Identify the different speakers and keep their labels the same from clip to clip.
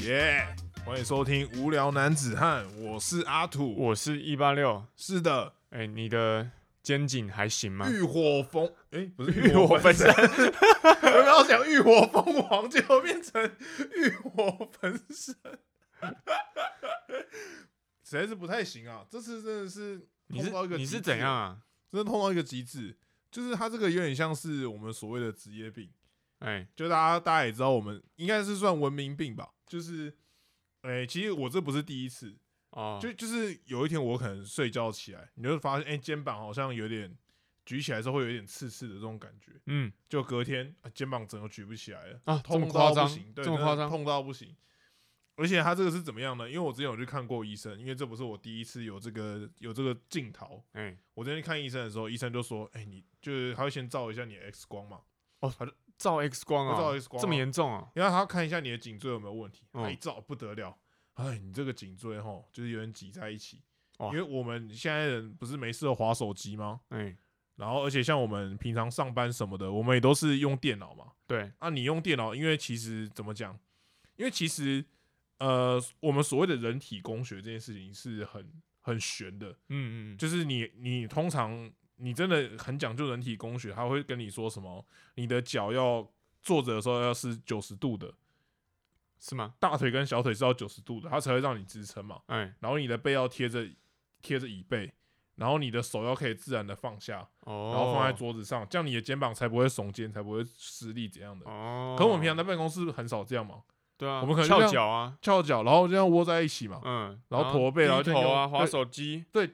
Speaker 1: 耶、欢迎收听《无聊男子汉》，我是阿土。
Speaker 2: 我是一八六，
Speaker 1: 是的，
Speaker 2: 哎，你的肩颈还行吗？
Speaker 1: 浴火焚哎、不 是
Speaker 2: 浴啊火焚身
Speaker 1: 我要讲浴火凤凰，结果变成浴火焚身，实在是不太行啊！这次真的是
Speaker 2: 你是
Speaker 1: 碰到一个
Speaker 2: 你是
Speaker 1: 极致
Speaker 2: 怎样？啊？
Speaker 1: 真的碰到一个极致，就是他这个有点像是我们所谓的职业病。
Speaker 2: 哎，
Speaker 1: 就大家大家也知道，我们应该是算文明病吧。就是，哎、其实我这不是第一次，
Speaker 2: 哦，
Speaker 1: 就就是有一天我可能睡觉起来，你就会发现，哎、肩膀好像有点举起来的时候会有一点刺刺的这种感觉。
Speaker 2: 嗯
Speaker 1: 就隔天、啊、肩膀整个举不起来了，
Speaker 2: 啊，这么
Speaker 1: 痛
Speaker 2: 夸
Speaker 1: 到不
Speaker 2: 张
Speaker 1: 行，，对，
Speaker 2: 这么
Speaker 1: 真的
Speaker 2: 夸张，
Speaker 1: 痛到不行。而且他这个是怎么样呢？因为我之前有去看过医生，因为这不是我第一次有这个有这个镜头。
Speaker 2: 哎，
Speaker 1: 我之前去看医生的时候，医生就说：“哎、你就是他会先照一下你的 X 光嘛，
Speaker 2: 照 X 光啊，
Speaker 1: 会照 X 光啊
Speaker 2: 这么严重啊？
Speaker 1: 因为他要看一下你的颈椎有没有问题，
Speaker 2: 嗯
Speaker 1: 他一照不得了，哎，你这个颈椎吼就是有点挤在一起。
Speaker 2: 哇
Speaker 1: 因为我们现在人不是没事的划手机吗？
Speaker 2: 哎，
Speaker 1: 然后而且像我们平常上班什么的，我们也都是用电脑嘛。
Speaker 2: 对，
Speaker 1: 啊，你用电脑，因为其实怎么讲？因为其实呃，我们所谓的人体工学这件事情是很很玄的，
Speaker 2: 嗯嗯，嗯
Speaker 1: 就是你你通常你真的很讲究人体工学，他会跟你说什么？你的脚要坐着的时候要是九十度的，
Speaker 2: 是吗？
Speaker 1: 大腿跟小腿是要九十度的，它才会让你支撑嘛。
Speaker 2: 哎，
Speaker 1: 然后你的背要贴着贴着椅背，然后你的手要可以自然的放下，
Speaker 2: 哦，
Speaker 1: 然后放在桌子上，这样你的肩膀才不会耸肩，才不会失力怎样的。
Speaker 2: 哦，
Speaker 1: 可我们平常在办公室很少这样嘛，
Speaker 2: 对啊，
Speaker 1: 我们可能就
Speaker 2: 翘
Speaker 1: 这
Speaker 2: 脚啊，
Speaker 1: 翘脚，然后这样窝在一起嘛。
Speaker 2: 嗯，
Speaker 1: 然后驼背然后
Speaker 2: 低
Speaker 1: 就
Speaker 2: 头啊，
Speaker 1: 用
Speaker 2: 滑
Speaker 1: 对
Speaker 2: 手机，
Speaker 1: 对，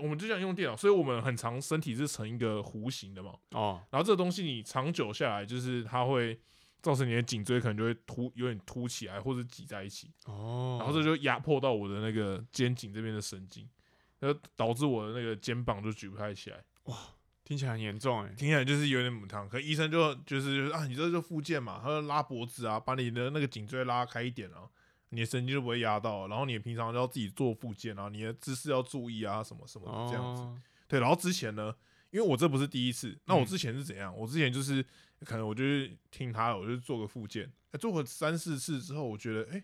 Speaker 1: 我们就这样用电脑，所以我们很长身体是成一个弧形的嘛。
Speaker 2: 哦，
Speaker 1: 然后这个东西你长久下来，就是它会造成你的颈椎可能就会凸，有点凸起来或者挤在一起。
Speaker 2: 哦，
Speaker 1: 然后这就压迫到我的那个肩颈这边的神经，然后导致我的那个肩膀就举不太起来，
Speaker 2: 听起来很严重哎，
Speaker 1: 听起来就是有点母汤。可医生就就是就是啊，你这就附件嘛，他就拉脖子啊，把你的那个颈椎拉开一点啊，你的神经就不会压到，啊然后你平常就要自己做附件啊，你的姿势要注意啊，什么什么的这样子。
Speaker 2: 哦，
Speaker 1: 对，然后之前呢，因为我这不是第一次，那我
Speaker 2: 嗯
Speaker 1: 之前是怎样？我之前就是可能我就是听他的，我就做个附件，哎做个三四次之后，我觉得哎、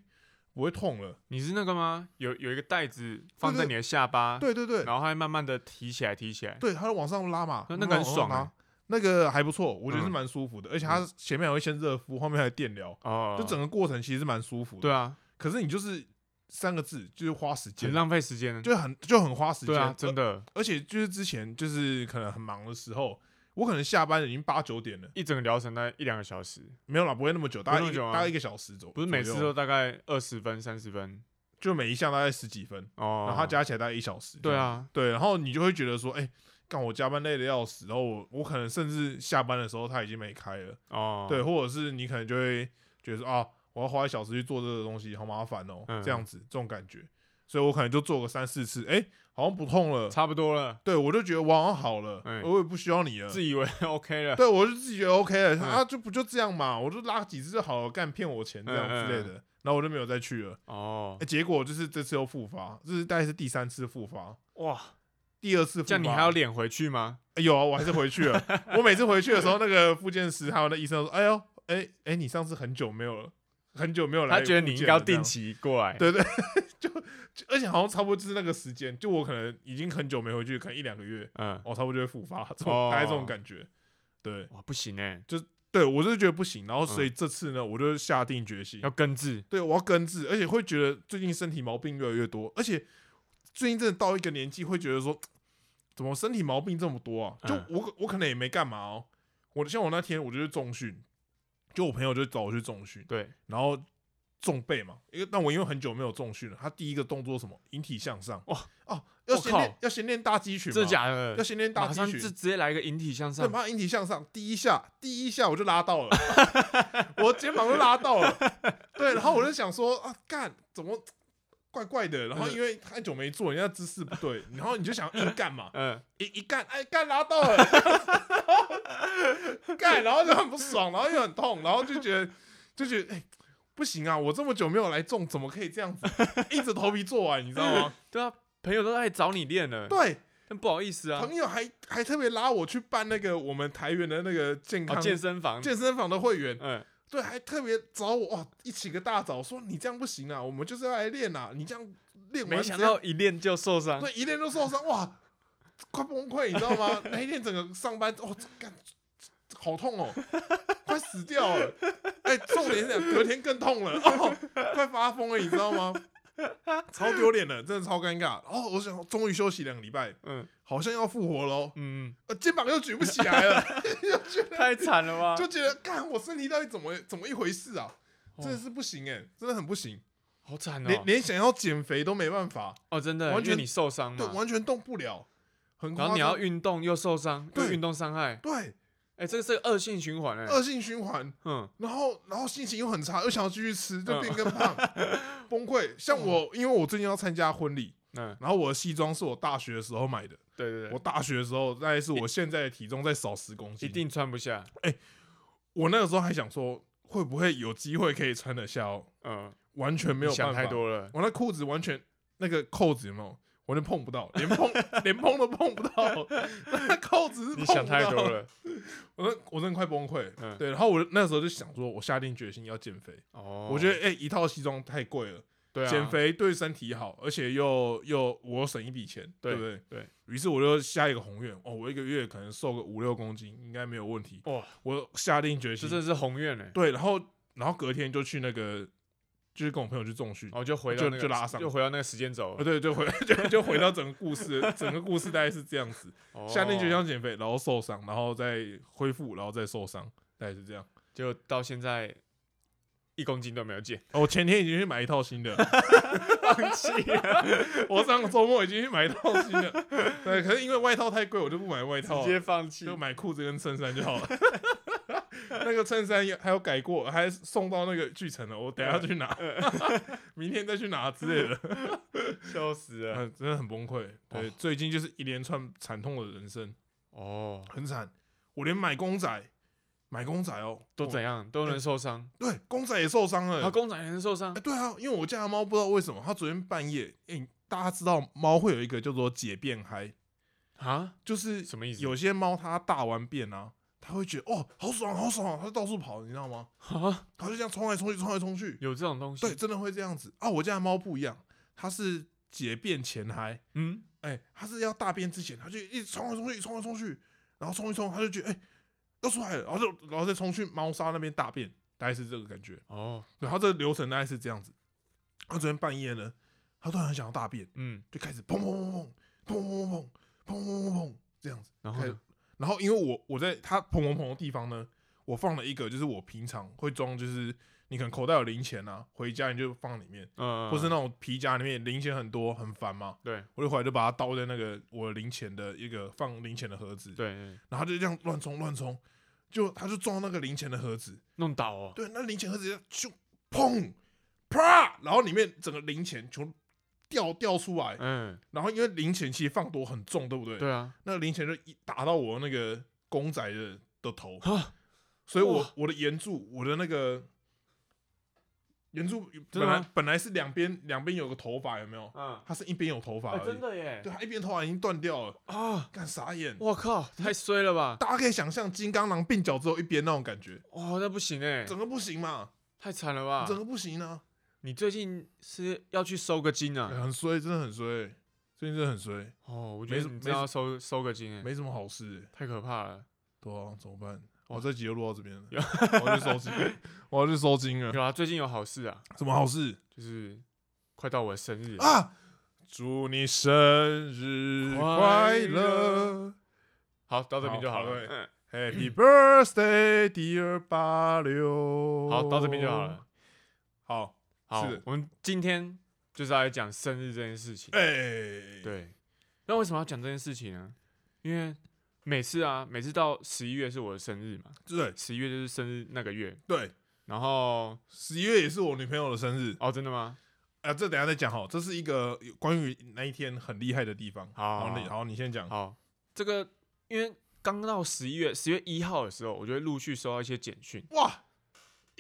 Speaker 1: 不会痛了，
Speaker 2: 你是那个吗？有有一个袋子放在
Speaker 1: 对
Speaker 2: 你的下巴，
Speaker 1: 对对对，
Speaker 2: 然后它会慢慢的提起来，提起来，
Speaker 1: 对，它就往上拉嘛，
Speaker 2: 那那个很
Speaker 1: 往上
Speaker 2: 爽
Speaker 1: 拉
Speaker 2: 欸
Speaker 1: 那个还不错，我觉得是
Speaker 2: 嗯
Speaker 1: 蛮舒服的，而且它前面还会先热敷，后面还有电疗，
Speaker 2: 哦，
Speaker 1: 就整个过程其实是蛮舒服的。
Speaker 2: 对啊，
Speaker 1: 可是你就是三个字，就是花时间
Speaker 2: 很，浪费时间，
Speaker 1: 就很就很花时间。
Speaker 2: 对啊，真
Speaker 1: 而
Speaker 2: 的，
Speaker 1: 而且就是之前就是可能很忙的时候，我可能下班已经八九点了，
Speaker 2: 一整个疗程大概一两个小时，
Speaker 1: 没有啦，不会那么久，大概
Speaker 2: 不
Speaker 1: 一
Speaker 2: 会那么
Speaker 1: 个
Speaker 2: 久吗啊
Speaker 1: 大概一个小时左右，
Speaker 2: 不是每次
Speaker 1: 左
Speaker 2: 都
Speaker 1: 右
Speaker 2: 大概二十分、三十分
Speaker 1: 就每一项大概十几分，
Speaker 2: 哦，
Speaker 1: 然后它加起来大概一小时。
Speaker 2: 对，啊，
Speaker 1: 对，然后你就会觉得说，哎，干我加班累的要死，然后我我可能甚至下班的时候它已经没开了。
Speaker 2: 哦，
Speaker 1: 对，，或者是你可能就会觉得说啊，我要花一小时去做这个东西，好麻烦哦、
Speaker 2: 嗯
Speaker 1: 这样子这种感觉，所以我可能就做个三四次，哎、好像不痛了，
Speaker 2: 差不多了，
Speaker 1: 对我就觉得我好像好了，
Speaker 2: 嗯
Speaker 1: 我也不需要你了，
Speaker 2: 自以为 OK 了，
Speaker 1: 对我就自己觉得 OK 了，
Speaker 2: 嗯
Speaker 1: 啊，就不就这样嘛，我就拉几次就好了，干骗我钱这样
Speaker 2: 嗯嗯
Speaker 1: 之类的，然后我就没有再去了，
Speaker 2: 哦
Speaker 1: 哎，结果就是这次又复发，这是大概是第三次复发。
Speaker 2: 哇，
Speaker 1: 第二次复发，
Speaker 2: 这样你还要脸回去吗？
Speaker 1: 哎有啊？我还是回去了。我每次回去的时候，那个复健师还有那医生都说：“哎呦，哎、哎、你上次很久没有了，很久没有来。”
Speaker 2: 他觉得你应该要定，期过来，
Speaker 1: 对对，就就而且好像差不多就是那个时间，就我可能已经很久没回去，可能一两个月，哦
Speaker 2: 嗯，
Speaker 1: 我、差不多就会复发，这种、
Speaker 2: 哦
Speaker 1: 大概这种感觉。对
Speaker 2: 哇，不行哎，
Speaker 1: 对，我就觉得不行，然后所
Speaker 2: 嗯
Speaker 1: 以这次呢，我就下定决心，
Speaker 2: 要根治，
Speaker 1: 对我要根治，而且会觉得最近身体毛病越来越多，而且最近真的到一个年纪，会觉得说，怎么身体毛病这么多啊？就
Speaker 2: 嗯
Speaker 1: 我可我可能也没干嘛哦，我像我那天我就是重训，就我朋友就找我去重训，
Speaker 2: 对，
Speaker 1: 然后重背嘛，因为但我因为很久没有重训了，他第一个动作是什么引体向上，
Speaker 2: 哇
Speaker 1: 哦，要
Speaker 2: 我
Speaker 1: 先练
Speaker 2: 靠
Speaker 1: 要先练大肌群嘛，
Speaker 2: 真的假的
Speaker 1: 要？先练大
Speaker 2: 马
Speaker 1: 肌
Speaker 2: 上
Speaker 1: 群
Speaker 2: 就，直接来个引体向
Speaker 1: 对，
Speaker 2: 上，
Speaker 1: 妈引体向上，第一下，第一下我就拉到了， 我肩膀就拉到了，对，然后我就想说啊，干怎么怪怪的？然后
Speaker 2: 嗯
Speaker 1: 因为太久没做，人家姿势不对， 然后你就想硬干嘛，
Speaker 2: 嗯，
Speaker 1: 一一干，哎，干拉到了， 干，然后就很不爽，然后又很痛，然后就觉得就觉得哎、不行啊，我这么久没有来中，怎么可以这样子，硬着头皮做完，你知道吗？
Speaker 2: 对啊，朋友都来找你练了，
Speaker 1: 对，
Speaker 2: 但不好意思啊，
Speaker 1: 朋友还还特别拉我去办那个我们台员的那个健
Speaker 2: 哦，
Speaker 1: 康
Speaker 2: 健身房，
Speaker 1: 健身房的会员。
Speaker 2: 嗯，
Speaker 1: 对，还特别找我哇，一起个大早说你这样不行啊，我们就是要来练啊，你这样练完
Speaker 2: 没想到一练就受
Speaker 1: 直接
Speaker 2: 伤，
Speaker 1: 对一练就受伤哇，快崩溃你知道吗？那一天整个上班哦，干好痛哦，快死掉了，哎、重点是这样隔天更痛了，哦，快发疯了你知道吗？超丢脸的，真的超尴尬。哦，我想终于休息两个礼拜，
Speaker 2: 嗯
Speaker 1: 好像要复活喽，
Speaker 2: 嗯，
Speaker 1: 呃，肩膀又举不起来了， 就觉得
Speaker 2: 太惨了吧？
Speaker 1: 就觉得，干我身体到底怎么怎么一回事啊？
Speaker 2: 哦
Speaker 1: 真的是不行哎、真的很不行，
Speaker 2: 好惨
Speaker 1: 连
Speaker 2: 哦！
Speaker 1: 连想要减肥都没办法，
Speaker 2: 哦，真的，
Speaker 1: 完
Speaker 2: 因为
Speaker 1: 全
Speaker 2: 你受伤
Speaker 1: 对，
Speaker 2: 嘛，
Speaker 1: 完全动不了，很
Speaker 2: 嗯然
Speaker 1: 夸
Speaker 2: 后你要
Speaker 1: 张。
Speaker 2: 运动又受伤，又
Speaker 1: 对
Speaker 2: 运动伤害，
Speaker 1: 对，
Speaker 2: 哎，这个是个恶性循环哎，
Speaker 1: 恶性循环，
Speaker 2: 嗯，
Speaker 1: 然后然后心情又很差，又想要继续吃，就变更 胖，崩溃。像我，因为我最近要参加婚礼，
Speaker 2: 嗯，
Speaker 1: 然后我的西装是我大学的时候买的，
Speaker 2: 对对
Speaker 1: 我
Speaker 2: 对，
Speaker 1: 大学的时候大概是我现在的体重再少十公斤，
Speaker 2: 一。定穿不下，
Speaker 1: 我那个时候还想说，会不会有机会可以穿得下哦？
Speaker 2: 嗯，
Speaker 1: 完全没有
Speaker 2: 你想
Speaker 1: 办法
Speaker 2: 太。多 了，
Speaker 1: 我那裤子完全那个扣子有没有？完全碰不到，连 碰连碰都碰不到，那扣子是
Speaker 2: 你
Speaker 1: 碰不到
Speaker 2: 想太多，了，
Speaker 1: 我那我真的快崩溃。
Speaker 2: 嗯
Speaker 1: 对，然后我那时候就想说，我下定决心要减肥。
Speaker 2: 哦，
Speaker 1: 我觉得哎、一套西装太贵了，
Speaker 2: 对啊，
Speaker 1: 减肥对身体好，而且又又我省一笔钱，对
Speaker 2: 对
Speaker 1: 不对？
Speaker 2: 对
Speaker 1: 于是我就下一个宏愿，哦，我一个月可能瘦个五六公斤应该没有问题。
Speaker 2: 哇，
Speaker 1: 我下定决
Speaker 2: 这
Speaker 1: 心，
Speaker 2: 真的是宏愿哎，
Speaker 1: 对，然后然后隔天就去那个，就是跟我朋友去重训
Speaker 2: 然，后就回到
Speaker 1: 就
Speaker 2: 那个
Speaker 1: 就拉伤
Speaker 2: 又回到那个时间轴
Speaker 1: 哦，，对，就回就就回到整个故事，整个故事大概是这样子：
Speaker 2: 哦
Speaker 1: 呃下定决心要减肥，然后受伤，然后再恢复，然后再受伤，大概是这样。
Speaker 2: 就到现在一公斤都没有 减，
Speaker 1: 哦我前天已经去买一套新的，
Speaker 2: 放弃了，
Speaker 1: 我上个周末已经去买一套新的，对，可是因为外套太贵，我就不买外套
Speaker 2: 直
Speaker 1: 了，
Speaker 2: 接放弃
Speaker 1: 就，买裤子跟衬衫就好了。 那个衬衫也还有改过，还送到那个巨城了，我等一下去拿，
Speaker 2: 嗯
Speaker 1: 明天再去拿之类的。
Speaker 2: 笑死了。
Speaker 1: 嗯，真的很崩溃。对，
Speaker 2: 哦
Speaker 1: 最近就是一连串惨痛的人生。
Speaker 2: 哦，
Speaker 1: 很惨。我连买公仔，买公仔哦，
Speaker 2: 都
Speaker 1: 我嗯
Speaker 2: 怎样都能受伤，
Speaker 1: 对，公仔也受伤了。
Speaker 2: 他公仔也能受伤
Speaker 1: 哎，对啊，因为我家的猫不知道为什么，它昨天半夜，哎、大家知道猫会有一个叫做解便嗨，
Speaker 2: 啊？
Speaker 1: 就是
Speaker 2: 什么意思？
Speaker 1: 有些猫它大完便啊，它会觉得哦好爽好爽，它就到处跑，你知道吗？
Speaker 2: 啊？
Speaker 1: 它就这样冲来冲去，冲来冲去。
Speaker 2: 有这种东西？
Speaker 1: 对，，真的会这样子啊！我家的猫不一样，它是解便前嗨，
Speaker 2: 嗯，
Speaker 1: 哎、它是要大便之前，它就一直冲来冲去，冲来冲去，然后冲一冲，它就觉得哎、要出来了，然后就然后再冲去猫砂那边大便，大概是这个感觉。
Speaker 2: 哦，
Speaker 1: 然后这个流程大概是这样子。他昨天半夜呢，他突然很想要大便，
Speaker 2: 嗯，
Speaker 1: 就开始砰砰砰砰砰砰砰砰砰砰砰这样子。
Speaker 2: 然后
Speaker 1: 开
Speaker 2: 呢
Speaker 1: 始然后因为我我在他砰砰砰的地方呢，我放了一个就是我平常会装，就是你可能口袋有零钱啊，回家你就放里面，
Speaker 2: 嗯，
Speaker 1: 或是那种皮夹里面零钱很多很烦嘛，
Speaker 2: 对
Speaker 1: 我就回来就把它倒在那个我零钱的一个放零钱的盒子，
Speaker 2: 对对
Speaker 1: 然后就这样乱冲乱冲，就他就撞到那个零钱的盒子，
Speaker 2: 弄倒哦，
Speaker 1: 对，那零钱盒子就砰啪，然后里面整个零钱全部掉掉出来，
Speaker 2: 嗯，
Speaker 1: 然后因为零钱其实放多很重，对不对？
Speaker 2: 对啊，
Speaker 1: 那个零钱就一打到我那个公仔的的头，
Speaker 2: 啊，
Speaker 1: 所以我
Speaker 2: 哇
Speaker 1: 我的圆柱，我的那个圆柱
Speaker 2: 真
Speaker 1: 本
Speaker 2: 的
Speaker 1: 来
Speaker 2: 吗
Speaker 1: 本来是两边两边有个头发，有没有？
Speaker 2: 嗯，
Speaker 1: 它是一边有头发而
Speaker 2: 哎
Speaker 1: 已，
Speaker 2: 真的耶
Speaker 1: 对，，它一边头发已经断掉了。
Speaker 2: 啊，
Speaker 1: 干傻眼。
Speaker 2: 我靠，太衰了吧？
Speaker 1: 大家可以想象金刚狼鬓角只有一边那种感觉，
Speaker 2: 哇，那不行哎，
Speaker 1: 整个不行嘛，
Speaker 2: 太惨了吧
Speaker 1: 整？个不行啊，
Speaker 2: 你最近是要去收个金
Speaker 1: 哎
Speaker 2: 啊？
Speaker 1: 很衰，真的很衰，最近真的很衰，
Speaker 2: 哦，我
Speaker 1: 没
Speaker 2: 觉得
Speaker 1: 什
Speaker 2: 你
Speaker 1: 没什
Speaker 2: 真的要收收个金哎，
Speaker 1: 没什么好事、
Speaker 2: 太可怕了。
Speaker 1: 对啊，怎么办？我这集就录到这 边了，我要去收金，我要去收金了，
Speaker 2: 有啊，最近有好事啊，
Speaker 1: 什么好事
Speaker 2: 就是快到我的生日了，
Speaker 1: 啊？祝你生日快
Speaker 2: 快
Speaker 1: 乐
Speaker 2: 乐好，到这边就
Speaker 1: 好
Speaker 2: 好
Speaker 1: 好对。
Speaker 2: 了嗯
Speaker 1: ，Happy Birthday Dear 八六。
Speaker 2: 好，到这边就好了。。
Speaker 1: 好，
Speaker 2: 好
Speaker 1: 哦是的，
Speaker 2: 我们今天就是要来讲生日这件事情。
Speaker 1: 哎、，
Speaker 2: 对。那为什么要讲这件事情呢？因为每次啊，每次到十一月是我的生日嘛，
Speaker 1: 对
Speaker 2: 十一月就是生日那个月。
Speaker 1: 对，
Speaker 2: 然后
Speaker 1: 十一月也是我女朋友的生日，
Speaker 2: 哦，真的吗？
Speaker 1: 啊，这等一下再讲好，这是一个关于那一天很厉害的地方。
Speaker 2: 好
Speaker 1: 然后你，好，你先讲。
Speaker 2: 好，这个因为刚到十一月，十月一号的时候，我就会陆续收到一些简讯。
Speaker 1: 哇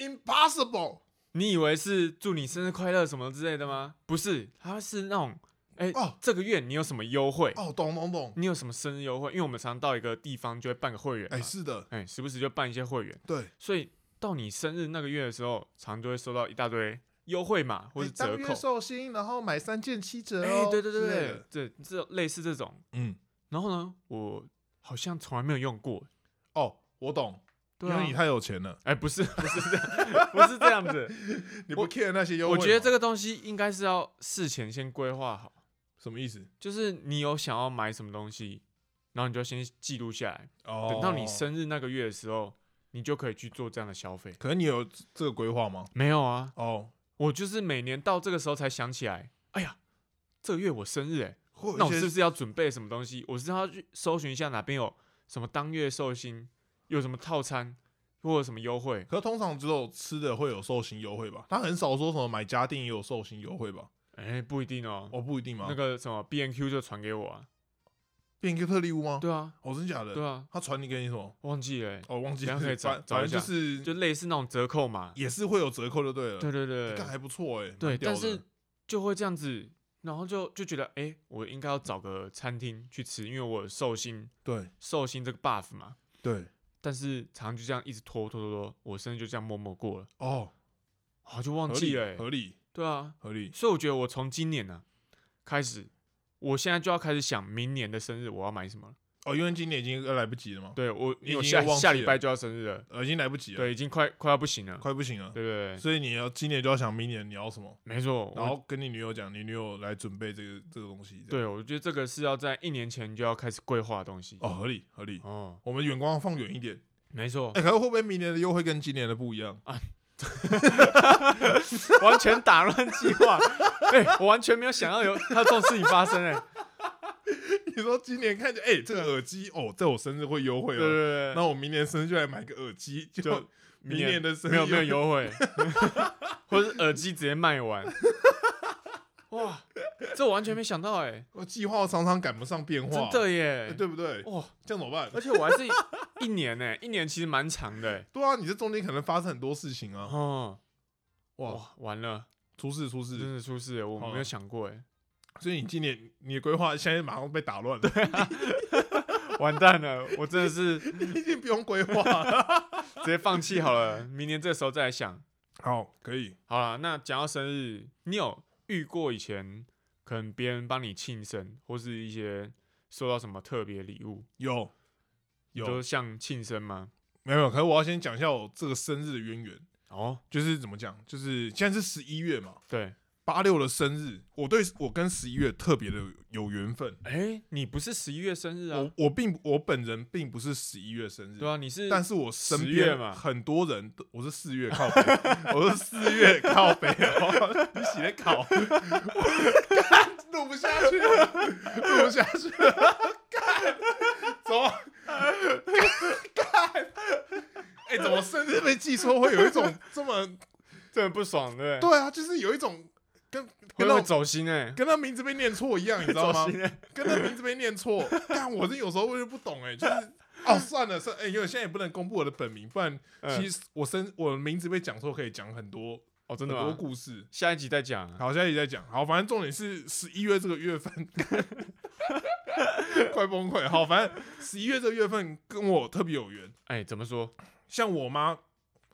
Speaker 1: ，impossible
Speaker 2: 你以为是祝你生日快乐什么之类的吗？不是，它是那种，哎、
Speaker 1: 哦
Speaker 2: 这个月你有什么优惠？
Speaker 1: 哦，懂懂懂，
Speaker 2: 你有什么生日优惠？因为我们常到一个地方就会办个会员嘛，
Speaker 1: 哎、是的，
Speaker 2: 哎、时不时就办一些会员，
Speaker 1: 对，
Speaker 2: 所以到你生日那个月的时候，常就会收到一大堆优惠码或者
Speaker 1: 你哎当
Speaker 2: 折
Speaker 1: 月
Speaker 2: 扣。
Speaker 1: 寿星，然后买三件七折
Speaker 2: 哎、
Speaker 1: 哦，
Speaker 2: 对对对
Speaker 1: 之类的
Speaker 2: 对，这这类似这种。
Speaker 1: 嗯，
Speaker 2: 然后呢，我好像从来没有用过。
Speaker 1: 哦，我懂，
Speaker 2: 对啊
Speaker 1: 因为你，太有钱了，
Speaker 2: 哎、不是不是这样，不是这样子。
Speaker 1: 你不 care 那些 优惠
Speaker 2: 我
Speaker 1: 吗，
Speaker 2: 觉得这个东西应该是要事前先规划好，
Speaker 1: 什么意思？
Speaker 2: 就是你有想要买什么东西，然后你就先记录下来，
Speaker 1: 哦，
Speaker 2: 等到你，生日那个月的时候，你就可以去做这样的消费。
Speaker 1: 可能你有这个规划吗？
Speaker 2: 没有啊，
Speaker 1: 哦，
Speaker 2: 我就是每年到这个时候才想起来，哎呀，这个月我生日哎、
Speaker 1: 会有
Speaker 2: 那
Speaker 1: 一
Speaker 2: 我
Speaker 1: 些
Speaker 2: 是不是要准备什么东西？我是要去搜寻一下哪边有什么当月寿星，有什么套餐或者什么优惠？
Speaker 1: 可通常只有吃的会有寿星优惠吧？他很少说什么买家电也有寿星优惠吧？
Speaker 2: 哎、不一定哦。
Speaker 1: 哦，不一定吗？
Speaker 2: 那个什么 B N Q 就传给我啊。
Speaker 1: B Q 特例屋吗？，
Speaker 2: 对啊，
Speaker 1: 哦，真假的？
Speaker 2: 对啊，
Speaker 1: 他传你给你什么？
Speaker 2: 忘记了欸、
Speaker 1: 哦，忘记
Speaker 2: 等
Speaker 1: 了，
Speaker 2: 一下可以找
Speaker 1: 反
Speaker 2: 找
Speaker 1: 反
Speaker 2: 一下
Speaker 1: 正就是
Speaker 2: 就类似那种折扣嘛。
Speaker 1: 也是会有折扣就对了。
Speaker 2: 对对对
Speaker 1: 干
Speaker 2: 对
Speaker 1: 还不错哎，
Speaker 2: 对，
Speaker 1: 蛮屌
Speaker 2: 但
Speaker 1: 的
Speaker 2: 是就会这样子，然后就就觉得，哎、我应该要找个餐厅去吃，因为我有寿星
Speaker 1: 对
Speaker 2: 寿星这个 buff 嘛。
Speaker 1: 对
Speaker 2: 但是常常就这样一直拖拖拖拖，我生日就这样默默过了，
Speaker 1: 哦，
Speaker 2: 啊，就
Speaker 1: 合
Speaker 2: 忘记
Speaker 1: 理
Speaker 2: 了欸、
Speaker 1: 合理
Speaker 2: 对啊，
Speaker 1: 合理，
Speaker 2: 所以我觉得我从今年呢、开始，我现在就要开始想明年的生日我要买什么了。
Speaker 1: 哦，因为今年已经来不及了嘛，
Speaker 2: 对我，因为我
Speaker 1: 已经
Speaker 2: 下
Speaker 1: 忘记
Speaker 2: 下礼
Speaker 1: 了
Speaker 2: 拜就要生日了，
Speaker 1: 呃，已经来不及了，
Speaker 2: 对，已经快快要不行了，
Speaker 1: 快不行了，
Speaker 2: 对对对，
Speaker 1: 所以你要今年就要想明年你要什么，
Speaker 2: 没错。
Speaker 1: 然
Speaker 2: 我
Speaker 1: 后跟你女友讲，你女友来准备这个这个东西。这样，
Speaker 2: 对我觉得这个是要在一年前就要开始规划的东西。
Speaker 1: 哦，合理合理。
Speaker 2: 哦，
Speaker 1: 我们眼光放远一点，
Speaker 2: 没错，
Speaker 1: 哎、可是会不会明年的优惠跟今年的不一样？
Speaker 2: 完全打乱计划， 对我完全没有想到有他这种事情发生哎、
Speaker 1: 你说今年看见，哎、这个耳机哦，在我生日会优惠
Speaker 2: 对
Speaker 1: 哦，
Speaker 2: 对对
Speaker 1: 那我明年生日就来买个耳机，就
Speaker 2: 就
Speaker 1: 明年的生日
Speaker 2: 没有没有优 惠，或者是耳机直接卖完。哇，这我完全没想到哎、
Speaker 1: 我计划常常赶不上变化，
Speaker 2: 真的
Speaker 1: 哎
Speaker 2: 耶！
Speaker 1: 对不对？
Speaker 2: 哇，
Speaker 1: 这样怎么办？
Speaker 2: 而且我还是一年呢、 一年其实蛮长的、欸。
Speaker 1: 对啊，你这中间可能发生很多事情啊，
Speaker 2: 哦，
Speaker 1: 哇，
Speaker 2: 哇，完了，
Speaker 1: 出事出
Speaker 2: 真
Speaker 1: 事！
Speaker 2: 的出事了，我
Speaker 1: 哦
Speaker 2: 没有想过哎、
Speaker 1: 所以你今年你的规划现在马上被打乱了，
Speaker 2: 完蛋了，我真的是直
Speaker 1: 你已经不用规 划了。
Speaker 2: 接放弃好了， 明年这时候再来想。
Speaker 1: 好，可以，
Speaker 2: 好了，那讲到生日，你有遇过以前可能别人帮你庆生，或是一些收到什么特别礼物，
Speaker 1: 有有
Speaker 2: 都像庆生吗？
Speaker 1: 没有没有，可是我要先讲一下我这个生日的渊源，
Speaker 2: 哦，
Speaker 1: 就是怎么讲，就是现在是十一月嘛，
Speaker 2: 对，
Speaker 1: 八六的生日，我对我跟十一月特别的有缘分。
Speaker 2: 哎、你不是十一月生日啊
Speaker 1: 我？我并不我本人并不是十一月生日，
Speaker 2: 对啊，你是
Speaker 1: 但是我身
Speaker 2: 10月
Speaker 1: 边
Speaker 2: 嘛
Speaker 1: 很多人都，我是四月靠北， 我是四月靠北哦， 你写的考，录不下去了，录不下去了，干，怎么，干，哎、怎么生日被记错会有一种这么，
Speaker 2: 真的不爽，对不对？
Speaker 1: 对啊，就是有一种跟
Speaker 2: 会
Speaker 1: 跟
Speaker 2: 不
Speaker 1: 那
Speaker 2: 会
Speaker 1: 种
Speaker 2: 走心哎、
Speaker 1: 跟他名字被念错一样，你知道
Speaker 2: 走
Speaker 1: 吗？
Speaker 2: 心哎、
Speaker 1: 跟那名字被念 错，但我是有时候我就不懂哎、就是哦算了，算哎，因为我现在也不能公布我的本名，不然
Speaker 2: 嗯
Speaker 1: 其实我生我的名字被讲错可以讲很多
Speaker 2: 哦，真
Speaker 1: 很
Speaker 2: 的
Speaker 1: 多
Speaker 2: 吗？
Speaker 1: 故事。
Speaker 2: 下一集再讲啊。
Speaker 1: 好，现在也在讲，好，反正重点是十一月这个月份， 快崩溃。好，反正十一月这个月份跟我特别有缘，
Speaker 2: 哎、怎么说？
Speaker 1: 像我妈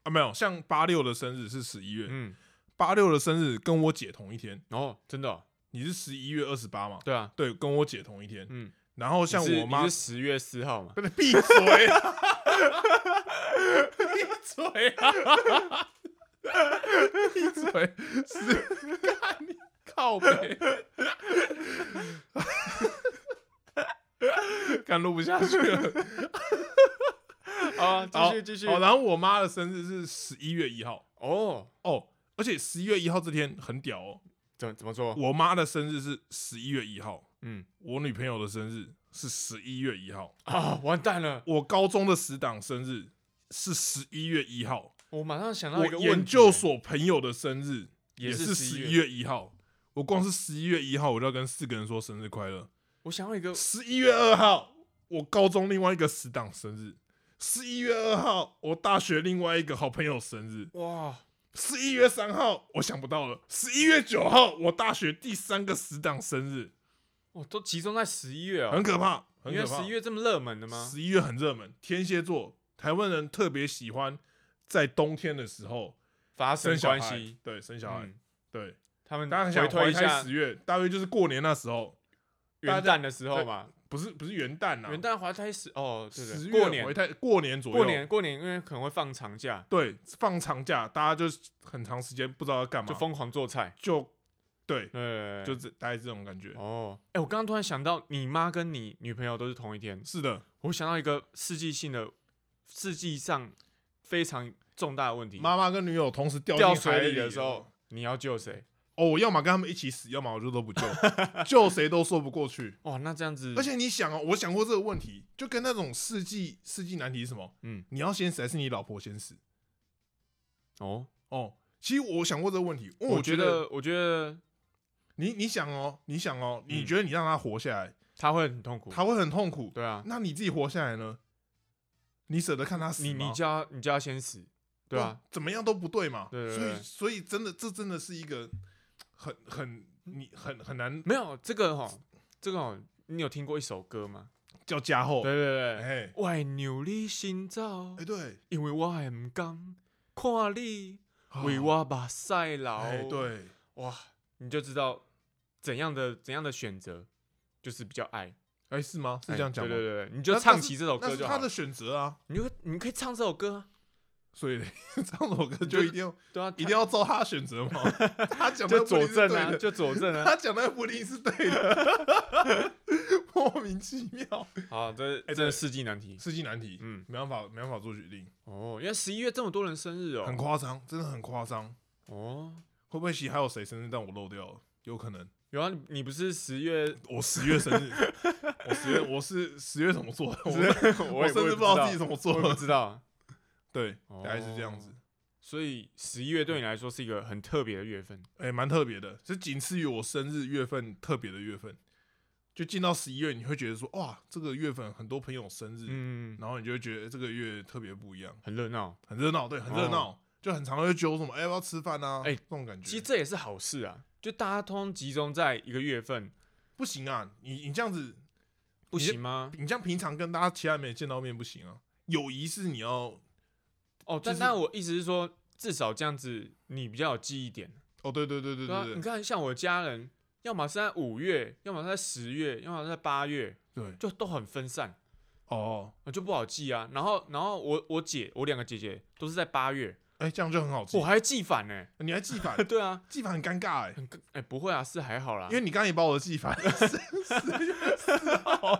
Speaker 1: 啊没有，像八六的生日是十一月，
Speaker 2: 嗯，
Speaker 1: 八六的生日跟我姐同一天，
Speaker 2: 哦，真的哦、
Speaker 1: 你是十一月二十八嘛？
Speaker 2: 对啊，
Speaker 1: 对，跟我姐同一天。
Speaker 2: 嗯，
Speaker 1: 然后像
Speaker 2: 你是
Speaker 1: 我妈
Speaker 2: 你是十月四号 嘛？
Speaker 1: 真的闭嘴啊！闭嘴啊！闭嘴！是看你靠背，看录不下去了。
Speaker 2: 啊，继续继续。
Speaker 1: 好，然后我妈的生日是十一月一号
Speaker 2: 哦，
Speaker 1: 哦，而且十一月一号这天很屌哦。
Speaker 2: 怎怎么说？
Speaker 1: 我妈的生日是十一月一号，
Speaker 2: 嗯，
Speaker 1: 我女朋友的生日是十一月一号，
Speaker 2: 啊，完蛋了，
Speaker 1: 我高中的死党生日是十一月一号。
Speaker 2: 我马上想到一个
Speaker 1: 我
Speaker 2: 问题欸
Speaker 1: 研究所朋友的生日
Speaker 2: 也
Speaker 1: 是
Speaker 2: 是
Speaker 1: 十
Speaker 2: 11
Speaker 1: 一月一号，我光是十一月一号，我就要跟四个人说生日快乐。
Speaker 2: 我想到一个，
Speaker 1: 十一月二号，我高中另外一个死党生日；十一月二号，我大学另外一个好朋友生日；
Speaker 2: 哇，
Speaker 1: 十一月三号，我想不到了；十一月九号，我大学第三个死党生日，
Speaker 2: 我哦都集中在十一月
Speaker 1: 很
Speaker 2: 哦，
Speaker 1: 可怕，很
Speaker 2: 因为
Speaker 1: 可怕。
Speaker 2: 十一月这么热门的吗？
Speaker 1: 十一月很热门，天蝎座，台湾人特别喜欢在冬天的时候
Speaker 2: 发生
Speaker 1: 生小
Speaker 2: 关
Speaker 1: 孩
Speaker 2: 系，，
Speaker 1: 对，生小孩，
Speaker 2: 嗯
Speaker 1: 对，
Speaker 2: 他们
Speaker 1: 大家很想
Speaker 2: 回推
Speaker 1: 怀
Speaker 2: 一
Speaker 1: 胎
Speaker 2: 下
Speaker 1: 十月，大约就是过年那时候，
Speaker 2: 元
Speaker 1: 大家
Speaker 2: 旦的时候嘛，
Speaker 1: 不是不是元旦啊，
Speaker 2: 元旦怀胎十哦，对
Speaker 1: 十月
Speaker 2: 对，过
Speaker 1: 怀
Speaker 2: 年
Speaker 1: 胎过年左右，
Speaker 2: 过年过年，因为可能会放长假，
Speaker 1: 对放长假，大家就是很长时间不知道要干嘛，
Speaker 2: 就
Speaker 1: 就
Speaker 2: 疯狂做菜，
Speaker 1: 对，
Speaker 2: 对，
Speaker 1: 就这大概这种感觉。
Speaker 2: 哦，哎、我刚刚突然想到，你妈跟你女朋友都是同一天，
Speaker 1: 是的，
Speaker 2: 我想到一个世纪性的、世纪上非常重大的问题：
Speaker 1: 妈妈跟女友同时掉
Speaker 2: 掉
Speaker 1: 进海
Speaker 2: 水
Speaker 1: 里
Speaker 2: 里的时候，，你要救谁？
Speaker 1: 哦，我要么跟他们一起死，要么我就都不 救，救谁都说不过去。
Speaker 2: 哇，那这样子，
Speaker 1: 而且你想哦，我想过这个问题，就跟那种世纪世纪难题是什么？
Speaker 2: 嗯，
Speaker 1: 你要先死还是你老婆先死？
Speaker 2: 哦，
Speaker 1: 哦，其实我想过这个问题，因为
Speaker 2: 我
Speaker 1: 觉
Speaker 2: 觉
Speaker 1: 得
Speaker 2: 得，我觉得
Speaker 1: 你你想哦，你想哦，你
Speaker 2: 嗯
Speaker 1: 觉得你让他活下来，
Speaker 2: 他会很痛苦。
Speaker 1: 他会很痛苦，
Speaker 2: 对啊，
Speaker 1: 那你自己活下来呢？你舍得看他死
Speaker 2: 你
Speaker 1: 吗
Speaker 2: 你叫他你叫他先死，对啊，，
Speaker 1: 怎么样都不对嘛。
Speaker 2: 对对
Speaker 1: 所
Speaker 2: 对
Speaker 1: 以所以真的这真的是一个很很你很很难
Speaker 2: 没有这个哈，这个哈，你有听过一首歌吗？
Speaker 1: 叫加厚。
Speaker 2: 对对对，
Speaker 1: 哎
Speaker 2: 我会让你先走
Speaker 1: 哎，对，
Speaker 2: 因为我会唔甘看你为
Speaker 1: 啊
Speaker 2: 我目屎 流。
Speaker 1: 哎对，
Speaker 2: 哇，你就知道怎样的怎样的选择就是比较爱，
Speaker 1: 哎是吗？是这样讲
Speaker 2: 哎
Speaker 1: 吗？
Speaker 2: 对对对，对你就
Speaker 1: 那
Speaker 2: 唱
Speaker 1: 那是
Speaker 2: 起这首
Speaker 1: 那
Speaker 2: 歌
Speaker 1: 是
Speaker 2: 就
Speaker 1: 他
Speaker 2: 好
Speaker 1: 的
Speaker 2: 了。
Speaker 1: 选择啊，
Speaker 2: 你就你可以唱这首歌啊，
Speaker 1: 所以 唱首歌
Speaker 2: 就
Speaker 1: 就一定要
Speaker 2: 对啊，
Speaker 1: 一定
Speaker 2: 他
Speaker 1: 要照他的选择嘛。 他讲的又不
Speaker 2: 就
Speaker 1: 一
Speaker 2: 佐
Speaker 1: 定是
Speaker 2: 证
Speaker 1: 对
Speaker 2: 啊，
Speaker 1: 的
Speaker 2: 就佐证啊。
Speaker 1: 他讲的又不一定是对的， 莫名其妙。
Speaker 2: 好，这
Speaker 1: 哎
Speaker 2: 这
Speaker 1: 对
Speaker 2: 是世纪难题。
Speaker 1: 世纪难题，
Speaker 2: 嗯，
Speaker 1: 没办法，没办法做决定，
Speaker 2: 哦，原来十一月这么多人生日
Speaker 1: 很
Speaker 2: 哦。
Speaker 1: 夸张，真的很夸张。
Speaker 2: 哦，
Speaker 1: 会不会其实还有谁生日但我漏掉了？有可能，
Speaker 2: 有啊，你你不是十月？
Speaker 1: 我十月生 日，我十月我是十月怎么做的？我
Speaker 2: 我
Speaker 1: 我
Speaker 2: 也
Speaker 1: 甚至
Speaker 2: 也
Speaker 1: 不知道自己怎么
Speaker 2: 我
Speaker 1: 做
Speaker 2: 也 不
Speaker 1: 的。
Speaker 2: 知道。
Speaker 1: 对，
Speaker 2: 哦
Speaker 1: 大概是这样子，
Speaker 2: 所以十一月对你来说是一个很特别的月份。
Speaker 1: 哎，蛮特别的，是仅次于我生日月份特别的月份。就进到十一月，你会觉得说，哇，这个月份很多朋友生日，
Speaker 2: 嗯，
Speaker 1: 然后你就会觉得这个月特别不一样，
Speaker 2: 很热闹。
Speaker 1: 很热闹，对，很热闹，就很常会揪什么，哎，要不要吃饭啊？
Speaker 2: 哦哎
Speaker 1: 这种感
Speaker 2: 其实
Speaker 1: 觉。
Speaker 2: 这也是好事啊，就大家通通集中在一个月份，
Speaker 1: 不行啊，你你这样子，
Speaker 2: 不
Speaker 1: 你是
Speaker 2: 行吗？
Speaker 1: 你这样平常跟大家其他人没见到面不行啊。友谊是你要
Speaker 2: 哦，
Speaker 1: 就
Speaker 2: 但
Speaker 1: 是
Speaker 2: 但我意思是说，至少这样子你比较有记忆点。
Speaker 1: 哦，对对对对
Speaker 2: 啊
Speaker 1: 对，
Speaker 2: 你
Speaker 1: 对
Speaker 2: 看像我家人，要么是在五月，要么是在十月，要么是在八月，
Speaker 1: 对，
Speaker 2: 就都很分散，
Speaker 1: 哦，
Speaker 2: 呃就不好记啊。然后然后我我姐，我两个姐姐都是在八月，
Speaker 1: 哎，这样就很好记
Speaker 2: 我。还记反呢、，
Speaker 1: 你还记反
Speaker 2: 对啊，
Speaker 1: 记反很尴尬哎，
Speaker 2: 很哎、不会啊，是还好啦
Speaker 1: 因。为你刚刚也把我的记 反十十月四号，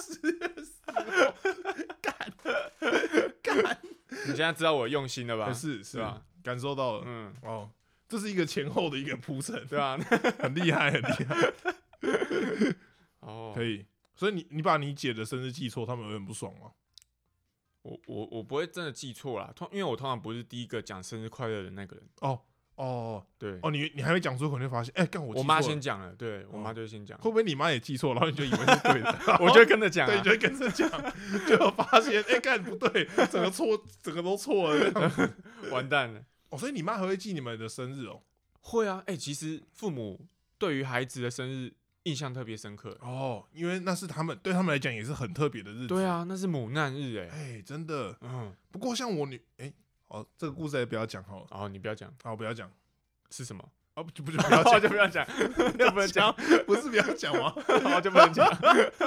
Speaker 1: 十月
Speaker 2: 你现在知道我用心了 吧？
Speaker 1: 是是
Speaker 2: 吧？
Speaker 1: 感受到了
Speaker 2: 嗯，
Speaker 1: 哦，这是一个前后的一个铺陈，
Speaker 2: 对啊。
Speaker 1: 很厉害很厉害，
Speaker 2: 哦，
Speaker 1: 可以。所以你你把你姐的生日记错，他们有点不爽吗？
Speaker 2: 我我我不会真的记错啦，通因为我通常不是第一个讲生日快乐的那个人。
Speaker 1: 哦哦
Speaker 2: 对，
Speaker 1: 哦，你你还没讲出口，你会发现，哎，干我
Speaker 2: 我
Speaker 1: 记
Speaker 2: 妈
Speaker 1: 错了
Speaker 2: 先讲了，对我妈
Speaker 1: 哦
Speaker 2: 就会先讲，，
Speaker 1: 会不会你妈也记错，然后你就以为是 对的
Speaker 2: 我就会跟着讲、啊。
Speaker 1: 对，你就会跟着讲，就发现哎，干不对，整个错，整个都错了。这样
Speaker 2: 完蛋了。
Speaker 1: 哦，所以你妈还会记你们的生日哦。
Speaker 2: 会啊，哎、其实父母对于孩子的生日印象特别深刻。
Speaker 1: 哦，因为那是他们对他们来讲也是很特别的日子。
Speaker 2: 对，啊，那是母难日哎、
Speaker 1: 哎，真的。
Speaker 2: 嗯，
Speaker 1: 不过像我女，哎、哦，这个故事也不要讲好了，
Speaker 2: 哦，你不要讲
Speaker 1: 好，不要讲，
Speaker 2: 是什么，
Speaker 1: 啊，不就不就 不要讲，
Speaker 2: 就不要讲， 就不能讲，
Speaker 1: 不是不要讲吗？
Speaker 2: 好就不能讲，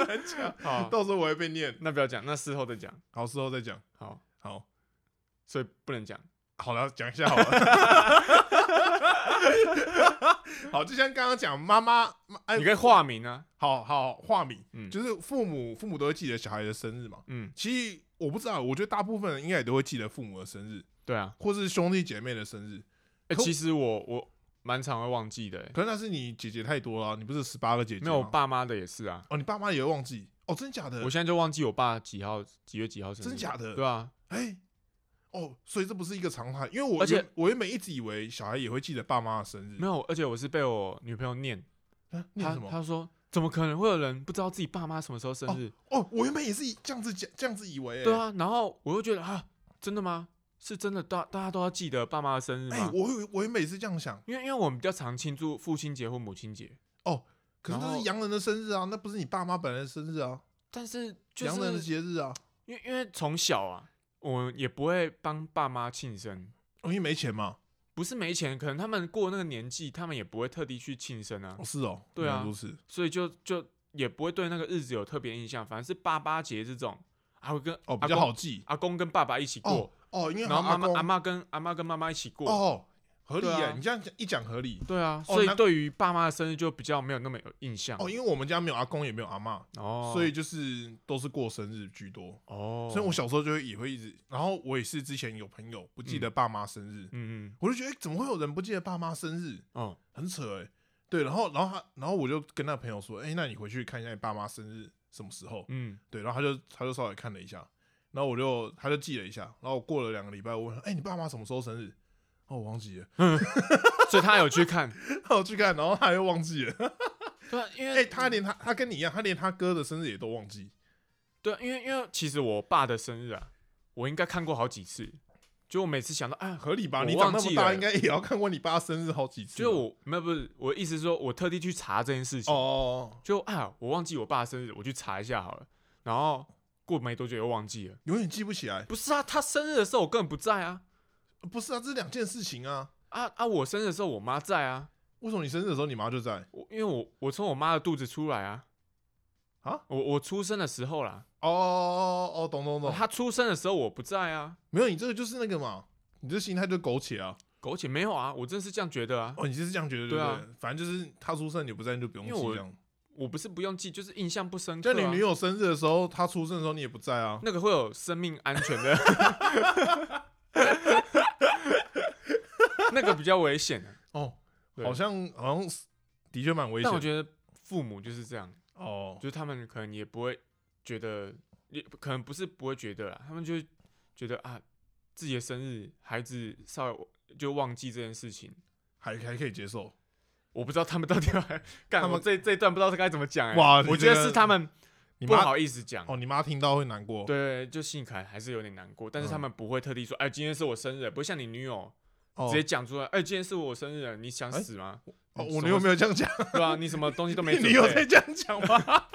Speaker 2: 好，
Speaker 1: 到时候我会被念，
Speaker 2: 那不要讲，那事后再讲。
Speaker 1: 好，事后再讲。
Speaker 2: 好，
Speaker 1: 好，
Speaker 2: 所以不能讲。
Speaker 1: 好了，讲一下好 了。好，就像刚刚讲，妈妈，妈哎
Speaker 2: 你，可以化名啊，
Speaker 1: 好好化名，
Speaker 2: 嗯
Speaker 1: 就是父母，父母都会记得小孩的生日嘛。
Speaker 2: 嗯，
Speaker 1: 其实我不知道，我觉得大部分人应该也都会记得父母的生日，
Speaker 2: 对啊。
Speaker 1: 或是兄弟姐妹的生日。
Speaker 2: 哎、
Speaker 1: 可
Speaker 2: 其实我我蛮常会忘记的、欸，
Speaker 1: 可是那是你姐姐太多了啊、你不是十八个姐姐
Speaker 2: 没有我
Speaker 1: 吗
Speaker 2: 爸妈的也是啊。
Speaker 1: 哦，你爸妈也会忘记哦，真假的？
Speaker 2: 我现在就忘记我爸几号几月几号生日，
Speaker 1: 真假的？
Speaker 2: 对啊，
Speaker 1: 哎、哦，所以这不是一个常态，因为我
Speaker 2: 而且
Speaker 1: 原我原本一直以为小孩也会记得爸妈的生日
Speaker 2: 没，有，而且我是被我女朋友嗯念，
Speaker 1: 啊念
Speaker 2: 她
Speaker 1: 什么？
Speaker 2: 她说怎么可能会有人不知道自己爸妈什么时候生日？
Speaker 1: 哦，我原本也是这样子讲，这样子以为、欸。
Speaker 2: 对，啊，然后我又觉得啊，真的吗？是真的，大大家都要记得爸妈的生日
Speaker 1: 哎、
Speaker 2: 吗？
Speaker 1: 我有我原本也是这样想，
Speaker 2: 因为因为我们比较常庆祝父亲节或母亲节，
Speaker 1: 可是
Speaker 2: 然
Speaker 1: 那
Speaker 2: 后
Speaker 1: 是洋人的生日啊，那不是你爸妈本人的生日啊，
Speaker 2: 但是就
Speaker 1: 洋人的
Speaker 2: 是
Speaker 1: 节日啊。
Speaker 2: 因为因为从小啊，我也不会帮爸妈庆生，
Speaker 1: 哦因为没钱嘛。
Speaker 2: 不是没钱，可能他们过那个年纪，他们也不会特地去庆生啊
Speaker 1: 哦，，是哦，
Speaker 2: 对啊
Speaker 1: 原来如此。
Speaker 2: 所以就就也不会对那个日子有特别印象。反正是爸爸节这种，还会跟
Speaker 1: 哦，
Speaker 2: 阿
Speaker 1: 比较
Speaker 2: 公
Speaker 1: 好记。
Speaker 2: 阿公跟爸爸一起过，
Speaker 1: 哦，因为
Speaker 2: 然后妈
Speaker 1: 阿
Speaker 2: 妈
Speaker 1: 公
Speaker 2: 阿妈跟阿妈跟妈妈一起过。
Speaker 1: 哦，合理
Speaker 2: 对
Speaker 1: 耶、
Speaker 2: 啊
Speaker 1: 你这样讲一讲合理。
Speaker 2: 对啊，
Speaker 1: 哦
Speaker 2: 所以
Speaker 1: 难
Speaker 2: 对于爸妈的生日就比较没有那么有印象。
Speaker 1: 哦，因为我们家没有阿公也没有阿妈，
Speaker 2: 哦，
Speaker 1: 所以就是都是过生日居多。
Speaker 2: 哦，
Speaker 1: 所以我小时候就会也会一直，然后我也是之前有朋友不记得爸妈生日，
Speaker 2: 嗯嗯
Speaker 1: 我就觉得、诶怎么会有人不记得爸妈生日？
Speaker 2: 哦
Speaker 1: 很扯哎、对，然后然后他然后我就跟那朋友说，哎、那你回去看一下你爸妈生日什么时候？
Speaker 2: 嗯
Speaker 1: 对，然后他就他就稍微看了一下，然后我就他就记了一下，然后过了两个礼拜，我问他，哎、你爸妈什么时候生日？哦，我忘记了，
Speaker 2: 所以他有去看，
Speaker 1: 然后我去看，然后他又忘记了。
Speaker 2: 对啊，因
Speaker 1: 哎、
Speaker 2: 为、
Speaker 1: 他连他他跟你一样，他连他哥的生日也都忘记。
Speaker 2: 对啊，因为因为其实我爸的生日啊，我应该看过好几次，就我每次想到啊，
Speaker 1: 合理吧？
Speaker 2: 我
Speaker 1: 你长那
Speaker 2: 忘
Speaker 1: 么
Speaker 2: 记
Speaker 1: 大，
Speaker 2: 了
Speaker 1: 应该也要看过你爸生日好几次吧。
Speaker 2: 就是我没有不是我的意思是说，我特地去查这件事情，
Speaker 1: 哦，
Speaker 2: 就啊，我忘记我爸生日，我去查一下好了，然后过没多久又忘记了。
Speaker 1: 永远记不起来。
Speaker 2: 不是啊，他生日的时候我根本不在啊，
Speaker 1: 不是啊，这是两件事情啊。
Speaker 2: 啊啊，我生日的时候我妈在啊，
Speaker 1: 为什么你生日的时候你妈就在？
Speaker 2: 我因为我我从我妈的肚子出来啊，
Speaker 1: 啊，
Speaker 2: 我我出生的时候啦，
Speaker 1: 哦哦哦，懂懂懂。
Speaker 2: 她出生的时候我不在啊，
Speaker 1: 没有，你这个就是那个嘛，你这心态就苟且啊。
Speaker 2: 苟且没有啊，我真是这样觉得啊，
Speaker 1: 哦，你就是这样觉得
Speaker 2: 对啊
Speaker 1: 不对？反正就是他出生你不在，你就不用
Speaker 2: 因为
Speaker 1: 记
Speaker 2: 我
Speaker 1: 这样。
Speaker 2: 我不是不用记，就是印象不深刻、
Speaker 1: 就
Speaker 2: 啊。
Speaker 1: 你女友生日的时候，她出生的时候你也不在啊。
Speaker 2: 那个会有生命安全的， 那个比较危险、啊。
Speaker 1: 哦，
Speaker 2: 对
Speaker 1: 好像好像是的确蛮危
Speaker 2: 但我
Speaker 1: 险的。
Speaker 2: 觉得父母就是这样，
Speaker 1: 哦，
Speaker 2: 就是他们可能也不会觉得，也可能不是不会觉得啦，他们就会觉得啊，自己的生日孩子稍微就忘记这件事情。
Speaker 1: 还还可以接受。
Speaker 2: 我不知道他们到底要 干
Speaker 1: 他
Speaker 2: 我
Speaker 1: 们
Speaker 2: 这这一段不知道该怎么讲哎、
Speaker 1: 哇
Speaker 2: 我
Speaker 1: 你
Speaker 2: 觉
Speaker 1: 这
Speaker 2: 得
Speaker 1: 个
Speaker 2: 是他们
Speaker 1: 你
Speaker 2: 不
Speaker 1: 妈
Speaker 2: 好意思讲。
Speaker 1: 哦，你妈听到会难过。
Speaker 2: 对，就信凯还是有点难过，但是他
Speaker 1: 嗯
Speaker 2: 们不会特地说，哎、今天是我生日，不会像你女友
Speaker 1: 哦，
Speaker 2: 直接讲出来，哎、今天是我生日，你想
Speaker 1: 哎
Speaker 2: 死吗？
Speaker 1: 哦，
Speaker 2: 你
Speaker 1: 我
Speaker 2: 什
Speaker 1: 女友
Speaker 2: 么
Speaker 1: 没有这样讲，
Speaker 2: 对啊，你什么东西都没准
Speaker 1: 你有在，
Speaker 2: 备
Speaker 1: 这样讲吗？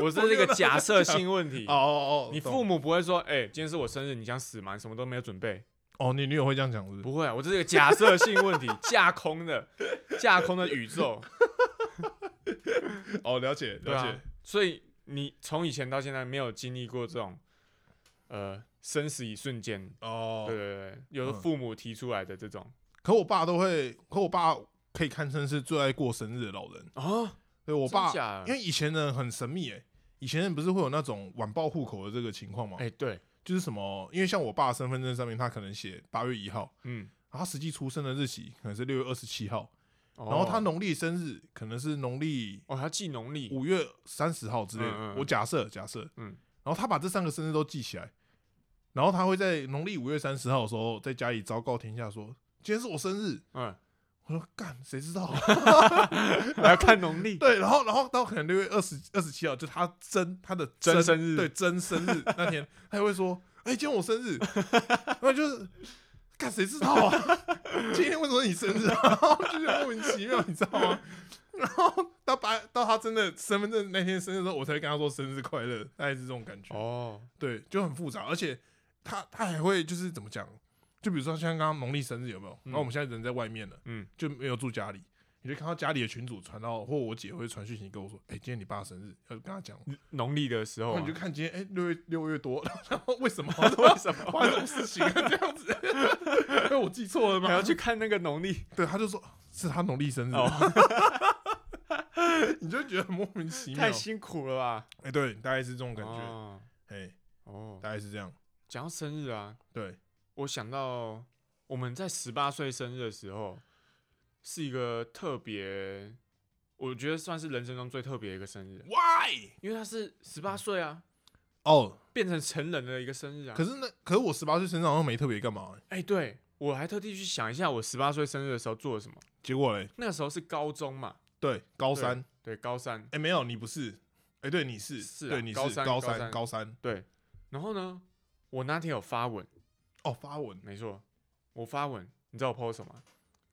Speaker 2: 我这是一
Speaker 1: 没有
Speaker 2: 个
Speaker 1: 在
Speaker 2: 假设性问题
Speaker 1: 哦。哦哦，
Speaker 2: 你
Speaker 1: 懂
Speaker 2: 父母不会说，哎、今天是我生日，你想死吗？你什么都没有准备，
Speaker 1: 哦，你女友会这样讲是不是？
Speaker 2: 不会啊，我这是一个假设性问题， 架空的，架空的宇宙，
Speaker 1: 哦，了解
Speaker 2: 对
Speaker 1: 了解
Speaker 2: 啊。，所以你从以前到现在没有经历过这种，呃，生死一瞬间，
Speaker 1: 哦，
Speaker 2: 对对对，由
Speaker 1: 嗯
Speaker 2: 父母提出来的这种，
Speaker 1: 可我爸都会，可我爸可以堪称是最爱过生日的老人。
Speaker 2: 哦，
Speaker 1: 对我
Speaker 2: 我
Speaker 1: 爸，
Speaker 2: 假的
Speaker 1: 因为以前人很神秘诶、以前人不是会有那种晚报户口的这个情况吗？
Speaker 2: 哎、对，
Speaker 1: 就是什么，因为像我爸的身份证上面，他可能写八月一号，
Speaker 2: 嗯，
Speaker 1: 然后他实际出生的日期可能是六月二十七号，
Speaker 2: 然
Speaker 1: 然后他农历生日可能是农历
Speaker 2: 哦，他记农历，
Speaker 1: 五月三十号之类的。
Speaker 2: 嗯嗯嗯
Speaker 1: 我假设假设，
Speaker 2: 嗯，
Speaker 1: 然后他把这三个生日都记起来，然后他会在农历五月三十号的时候在家里昭告天下说，今天是我生日。
Speaker 2: 嗯，
Speaker 1: 我说干，谁知道啊？
Speaker 2: 还要看 农历，
Speaker 1: 对，然后然后到可能六月二十二十七号，就他真他的
Speaker 2: 真生日
Speaker 1: 对真生日那天，他也会说：“哎、今天我生日。”然后就是，看谁知道啊？ 今天为什么是你生日啊？ 然后就觉得莫名其妙，你知道吗？然后到把到他真的身份证那天生日的时候，我才会跟他说生日快乐，大概是这种感觉。
Speaker 2: 哦，
Speaker 1: 对，就很复杂，而且他他还会就是怎么讲？就比如说像刚刚农历生日有没有？然后我们现在人在外面了。
Speaker 2: 嗯，
Speaker 1: 就没有住家里，你就看到家里的群主传到，或我姐会传讯息跟我说：“哎、今天你爸生日，要跟他讲。”
Speaker 2: 哦农历的时候
Speaker 1: 然
Speaker 2: 啊、
Speaker 1: 后你就看今天哎六、月六月多，然后为什么
Speaker 2: 哦为什么
Speaker 1: 发生这种事情啊？这样子，哎我记错了吗？
Speaker 2: 还要去看那个农历？
Speaker 1: 对，他就说是他农历生日，
Speaker 2: 哦，
Speaker 1: 你就觉得很莫名其妙。
Speaker 2: 太
Speaker 1: 哎、
Speaker 2: 辛苦了吧？
Speaker 1: 对，大概是这种感觉，
Speaker 2: 哦
Speaker 1: 哎、
Speaker 2: 哦，
Speaker 1: 大概是这样。
Speaker 2: 讲到生日啊，
Speaker 1: 对，
Speaker 2: 我想到我们在十八岁生日的时候，是一个特别，我觉得算是人生中最特别的一个生日，
Speaker 1: Why？
Speaker 2: 因为他是十八岁啊，
Speaker 1: 哦，
Speaker 2: 变成成人的一个生日啊
Speaker 1: 可。是那可是我十八岁生日好像没特别干嘛、哎
Speaker 2: 哎、对我还特地去想一下，我十八岁生日的时候做了什么。
Speaker 1: 结果嘞，
Speaker 2: 那个时候是高中嘛，
Speaker 1: 对，高
Speaker 2: 对
Speaker 1: 三，哎、
Speaker 2: 对，高三，
Speaker 1: 没有，你不是，哎、对，你是，
Speaker 2: 是啊
Speaker 1: 对，你是
Speaker 2: 高三
Speaker 1: 高
Speaker 2: 高三
Speaker 1: 高三，
Speaker 2: 对。然后呢，我那天有发文，
Speaker 1: 哦，发文，
Speaker 2: 没错，我发文，你知道我 PO 什么吗？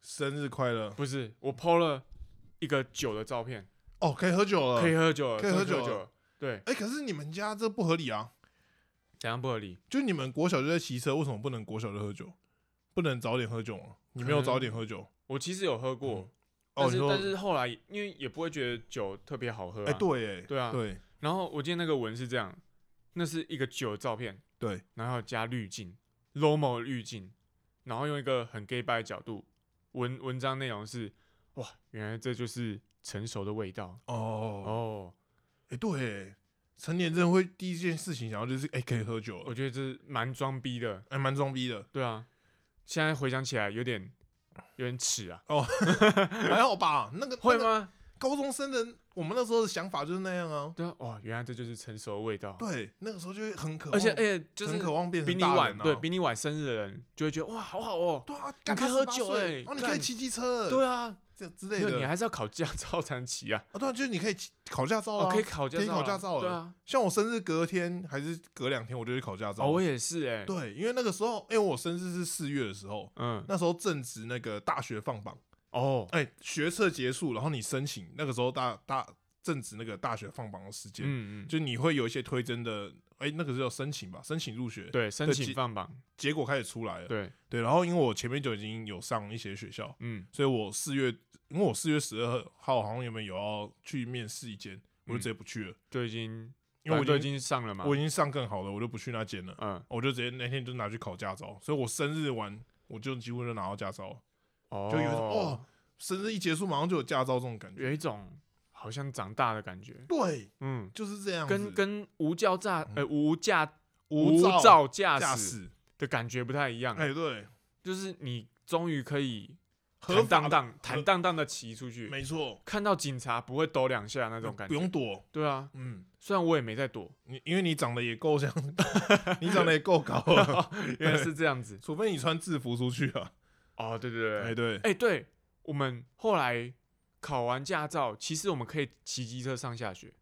Speaker 1: 生日快乐！
Speaker 2: 不是，我 PO 了一个酒的照片，
Speaker 1: 哦，可以喝酒了，欸
Speaker 2: 可以。喝酒了，
Speaker 1: 可以
Speaker 2: 终于
Speaker 1: 喝酒
Speaker 2: 喝酒
Speaker 1: 了
Speaker 2: 了。对，
Speaker 1: 哎、可是你们家这不合理啊！
Speaker 2: 怎样不合理？
Speaker 1: 就你们国小就在骑车，为什么不能国小就喝酒？不能早点喝酒吗？你没有早点喝酒？
Speaker 2: 我其实有喝过，
Speaker 1: 哦，
Speaker 2: 但
Speaker 1: 你
Speaker 2: 是
Speaker 1: 说，
Speaker 2: 但是后来因为也不会觉得酒特别好喝、啊，
Speaker 1: 哎、对，哎，
Speaker 2: 对啊
Speaker 1: 对
Speaker 2: 然后我记得那个文是这样，那是一个酒的照片，
Speaker 1: 对，
Speaker 2: 然后加滤镜，Lomo 滤镜，然后用一个很 gay 拜的角度，文文章内容是哇，原来这就是成熟的味道
Speaker 1: 哦，
Speaker 2: 哦。
Speaker 1: 哎、对，哎成年人会第一件事情想要就是，哎、可以喝酒了
Speaker 2: 我，觉得这蛮装逼的，
Speaker 1: 还蛮装逼的，
Speaker 2: 对啊。现在回想起来有点有点耻啊，
Speaker 1: 还好吧？那个
Speaker 2: 会？
Speaker 1: 那个
Speaker 2: 吗？
Speaker 1: 高中生的我们那时候的想法就是那样啊。
Speaker 2: 对啊，哇，原来这就是成熟的味道。
Speaker 1: 对，啊那个时候就会很渴望，
Speaker 2: 哦而且而且就是
Speaker 1: 很渴望变
Speaker 2: 比
Speaker 1: 成
Speaker 2: 你
Speaker 1: 大人、啊
Speaker 2: 晚，对比你晚生日的人就会觉得哇，好好哦。
Speaker 1: 对啊，干
Speaker 2: 你可
Speaker 1: 他
Speaker 2: 以喝
Speaker 1: 18
Speaker 2: 酒
Speaker 1: 岁哦
Speaker 2: 哎
Speaker 1: 然后你可以
Speaker 2: 干
Speaker 1: 骑机车，
Speaker 2: 对啊，
Speaker 1: 这之类
Speaker 2: 没有
Speaker 1: 的
Speaker 2: 你。还是要考驾照才能骑啊。
Speaker 1: 啊，对啊，就是你可以骑考驾照
Speaker 2: 哦，
Speaker 1: 啊，
Speaker 2: 可以考驾
Speaker 1: 可
Speaker 2: 照
Speaker 1: 以
Speaker 2: 啊，
Speaker 1: 考驾照
Speaker 2: 对
Speaker 1: 了
Speaker 2: 啊，
Speaker 1: 像我生日隔天还是隔两天，我就去考驾照。
Speaker 2: 哦，我也是哎、
Speaker 1: 对，因为那个时候，因为我生日是四月的时候，
Speaker 2: 嗯，
Speaker 1: 那时候正值那个大学放榜，
Speaker 2: 哦，
Speaker 1: 哎、学测结束，然后你申请，那个时候大大正值那个大学放榜的时间，
Speaker 2: 嗯嗯，
Speaker 1: 就你会有一些推甄的，哎、那个时候申请吧，申请入学，
Speaker 2: 对，申
Speaker 1: 其
Speaker 2: 请放榜，
Speaker 1: 结果开始出来了，
Speaker 2: 对，
Speaker 1: 对，然后因为我前面就已经有上一些学校，
Speaker 2: 嗯，
Speaker 1: 所以我四月，因为我四月十二号好像原本有要去面试一间，我就
Speaker 2: 嗯
Speaker 1: 直接不去了，
Speaker 2: 就已经，
Speaker 1: 因为我
Speaker 2: 反正都
Speaker 1: 已
Speaker 2: 已
Speaker 1: 经
Speaker 2: 经上了嘛，
Speaker 1: 我已经上更好的，我就不去那间了，
Speaker 2: 嗯，
Speaker 1: 我就直接那天就拿去考驾照，所以我生日完我就几乎就拿到驾照了，
Speaker 2: 哦，
Speaker 1: 就有一种哦，生日一结束马上就有驾照这种感觉，
Speaker 2: 有一种好像长大的感觉，
Speaker 1: 对，
Speaker 2: 嗯，
Speaker 1: 就是这样子，
Speaker 2: 跟跟无教驾
Speaker 1: 嗯
Speaker 2: 呃无驾
Speaker 1: 无照
Speaker 2: 照驾
Speaker 1: 驾
Speaker 2: 驶嗯
Speaker 1: 驶，
Speaker 2: 的感觉不太一样，
Speaker 1: 哎对，
Speaker 2: 就是你终于可以
Speaker 1: 合
Speaker 2: 坦
Speaker 1: 法
Speaker 2: 荡
Speaker 1: 的
Speaker 2: 荡、坦荡荡的骑出去，
Speaker 1: 没错，
Speaker 2: 看到警察不会抖两下那种感
Speaker 1: 不
Speaker 2: 觉，
Speaker 1: 用躲，
Speaker 2: 对啊，
Speaker 1: 嗯，
Speaker 2: 虽然我也没 在躲，
Speaker 1: 你因为你长得也够像， 你 长得也够高了，
Speaker 2: 原来是这样子，
Speaker 1: 除非你穿制服出去啊，
Speaker 2: 哦，对对对，
Speaker 1: 哎对，
Speaker 2: 哎、对我们后来考完驾照，其实我们可以骑机车上下学，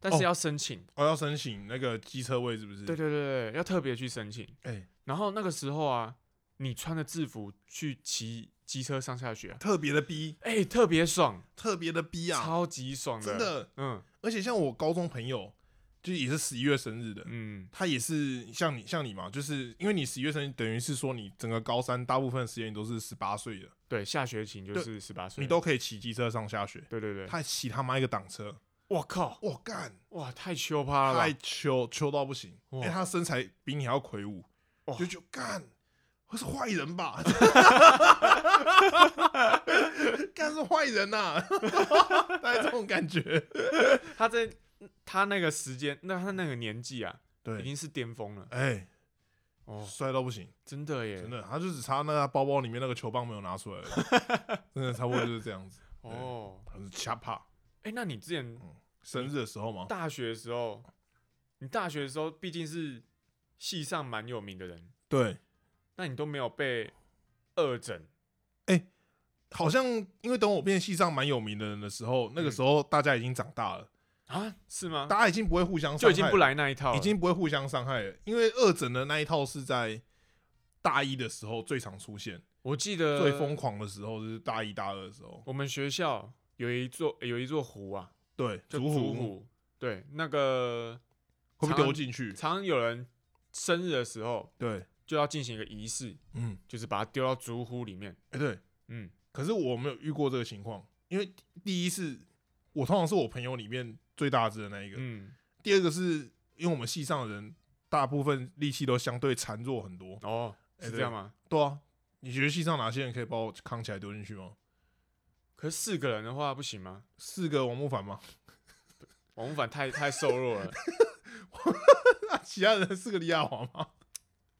Speaker 2: 但
Speaker 1: 哦
Speaker 2: 是要申请。
Speaker 1: 哦要申请那个机车位是不是？
Speaker 2: 对对对对，要特别去申请。
Speaker 1: 哎、
Speaker 2: 然后那个时候啊，你穿着制服去骑机车上下学啊、
Speaker 1: 特别的逼，
Speaker 2: 哎、特别爽，
Speaker 1: 特别的逼啊！
Speaker 2: 超级爽
Speaker 1: 真
Speaker 2: 的，
Speaker 1: 的，
Speaker 2: 嗯
Speaker 1: 而且像我高中朋友，就也是十一月生日的，
Speaker 2: 嗯，
Speaker 1: 他也是像你像你嘛，就是因为你十一月生日，等于是说你整个高三大部分时间你都是十八岁的，
Speaker 2: 对，下学期就
Speaker 1: 对
Speaker 2: 是十八岁，
Speaker 1: 你都可以骑机车上下学。
Speaker 2: 对对对，
Speaker 1: 他骑他妈一个挡车，
Speaker 2: 我靠，
Speaker 1: 我干，
Speaker 2: 哇，太秋趴了
Speaker 1: 太
Speaker 2: 吧，
Speaker 1: 秋秋到不行，因
Speaker 2: 哇
Speaker 1: 为他身材比你还要魁梧，
Speaker 2: 哇
Speaker 1: 就就干。会是坏人吧？ 干是坏人呐、 大概这种感觉。
Speaker 2: 他在他那个时间，那他那个年纪啊，
Speaker 1: 对
Speaker 2: 已，经是巅峰了，
Speaker 1: 哎、
Speaker 2: 哦，
Speaker 1: 帅到不行，
Speaker 2: 真的耶，
Speaker 1: 真的，他就只差那个包包里面那个球棒没有拿出来而已，真的差不多就是这样子。
Speaker 2: 哦，
Speaker 1: 他是恰帕
Speaker 2: 哎、那你之
Speaker 1: 哦
Speaker 2: 前
Speaker 1: 生日的时候吗？
Speaker 2: 大学的时候，你大学的时候毕竟是系上蛮有名的人，
Speaker 1: 对，
Speaker 2: 那你都没有被二诊
Speaker 1: 好像因为等我变系上蛮有名的人的时候，
Speaker 2: 嗯
Speaker 1: 那个时候大家已经长大了，
Speaker 2: 啊？是吗？
Speaker 1: 大家已经不会互相伤
Speaker 2: 就
Speaker 1: 害
Speaker 2: 已经不来那一套
Speaker 1: 了，
Speaker 2: 了，
Speaker 1: 已经不会互相伤害了，因为二诊的那一套是在大一的时候最常出现，
Speaker 2: 我记得
Speaker 1: 最疯。狂的时候就是大一大二的时候，
Speaker 2: 我们学校有一座有一座湖啊，
Speaker 1: 对，
Speaker 2: 就
Speaker 1: 竹
Speaker 2: 竹
Speaker 1: 虎
Speaker 2: 湖，对，那个
Speaker 1: 会被
Speaker 2: 长
Speaker 1: 丢进去，
Speaker 2: 常有人生日的时候
Speaker 1: 对，
Speaker 2: 就要进行一个仪式，
Speaker 1: 嗯，
Speaker 2: 就是把它丢到竹湖里面。
Speaker 1: 哎、对，
Speaker 2: 嗯，
Speaker 1: 可是我没有遇过这个情况，因为第一是我通常是我朋友里面最大只的那一个，
Speaker 2: 嗯，
Speaker 1: 第二个是因为我们系上的人大部分力气都相对孱弱很多。
Speaker 2: 哦，
Speaker 1: 哎
Speaker 2: 是
Speaker 1: 对
Speaker 2: 这样吗？
Speaker 1: 对啊，你觉得系上哪些人可以把我扛起来丢进去吗？
Speaker 2: 可是四个人的话不行吗？
Speaker 1: 四个王木凡吗？
Speaker 2: 王凡太太瘦弱了，
Speaker 1: 那其他人四个李亚华吗？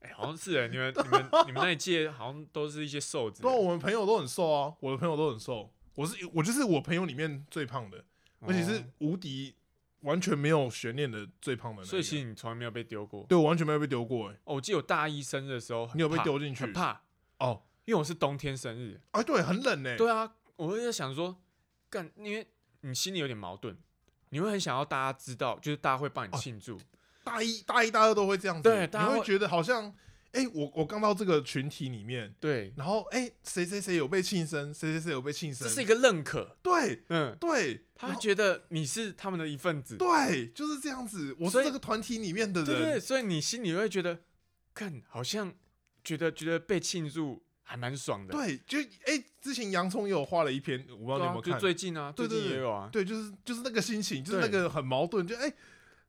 Speaker 2: 哎、好像是哎、你们你们你们那一届好像都是一些瘦子
Speaker 1: 啊
Speaker 2: 欸
Speaker 1: 对啊，我们朋友都很瘦啊，我的朋友都很瘦，我是我就是我朋友里面最胖的，
Speaker 2: 哦
Speaker 1: 而且是无敌完全没有悬念的最胖的那一个。
Speaker 2: 所以其实你从来没有被丢过。
Speaker 1: 对我完全没有被丢过、欸，
Speaker 2: 哦，我记得我大一生日的时候很怕，
Speaker 1: 你有被丢进去
Speaker 2: 很怕，
Speaker 1: 哦，
Speaker 2: 因为我是冬天生日。
Speaker 1: 哎、对，很冷呢、欸。
Speaker 2: 对啊，我会在想说，干，因为你心里有点矛盾，你会很想要大家
Speaker 1: 哦
Speaker 2: 知道，就是大家会帮你庆祝。
Speaker 1: 大一、大一、大二都会这样子，
Speaker 2: 对大家
Speaker 1: 你会
Speaker 2: 会
Speaker 1: 觉得好像，哎、哎、我我刚到这个群体里面，
Speaker 2: 对，
Speaker 1: 然后哎，谁谁谁有被庆生，谁谁谁有被庆
Speaker 2: 这
Speaker 1: 生，
Speaker 2: 是一个认可，
Speaker 1: 对
Speaker 2: 嗯，
Speaker 1: 对，
Speaker 2: 他
Speaker 1: 然
Speaker 2: 会
Speaker 1: 后
Speaker 2: 觉得你是他们的一份子，
Speaker 1: 对，就是这样子，我
Speaker 2: 所
Speaker 1: 是
Speaker 2: 以
Speaker 1: 这个团体里面的
Speaker 2: 对对，
Speaker 1: 人，
Speaker 2: 所以你心里会觉得，看好像觉得觉得被庆祝还蛮爽的，
Speaker 1: 对，就哎、之前洋葱也有画了一篇，我不知道你
Speaker 2: 对
Speaker 1: 有
Speaker 2: 啊，
Speaker 1: 没有
Speaker 2: 就
Speaker 1: 看，
Speaker 2: 最近啊，
Speaker 1: 对
Speaker 2: 最
Speaker 1: 对
Speaker 2: 近也有啊，
Speaker 1: 对，就是就是那个心情，就是那
Speaker 2: 对
Speaker 1: 个很矛盾，就哎、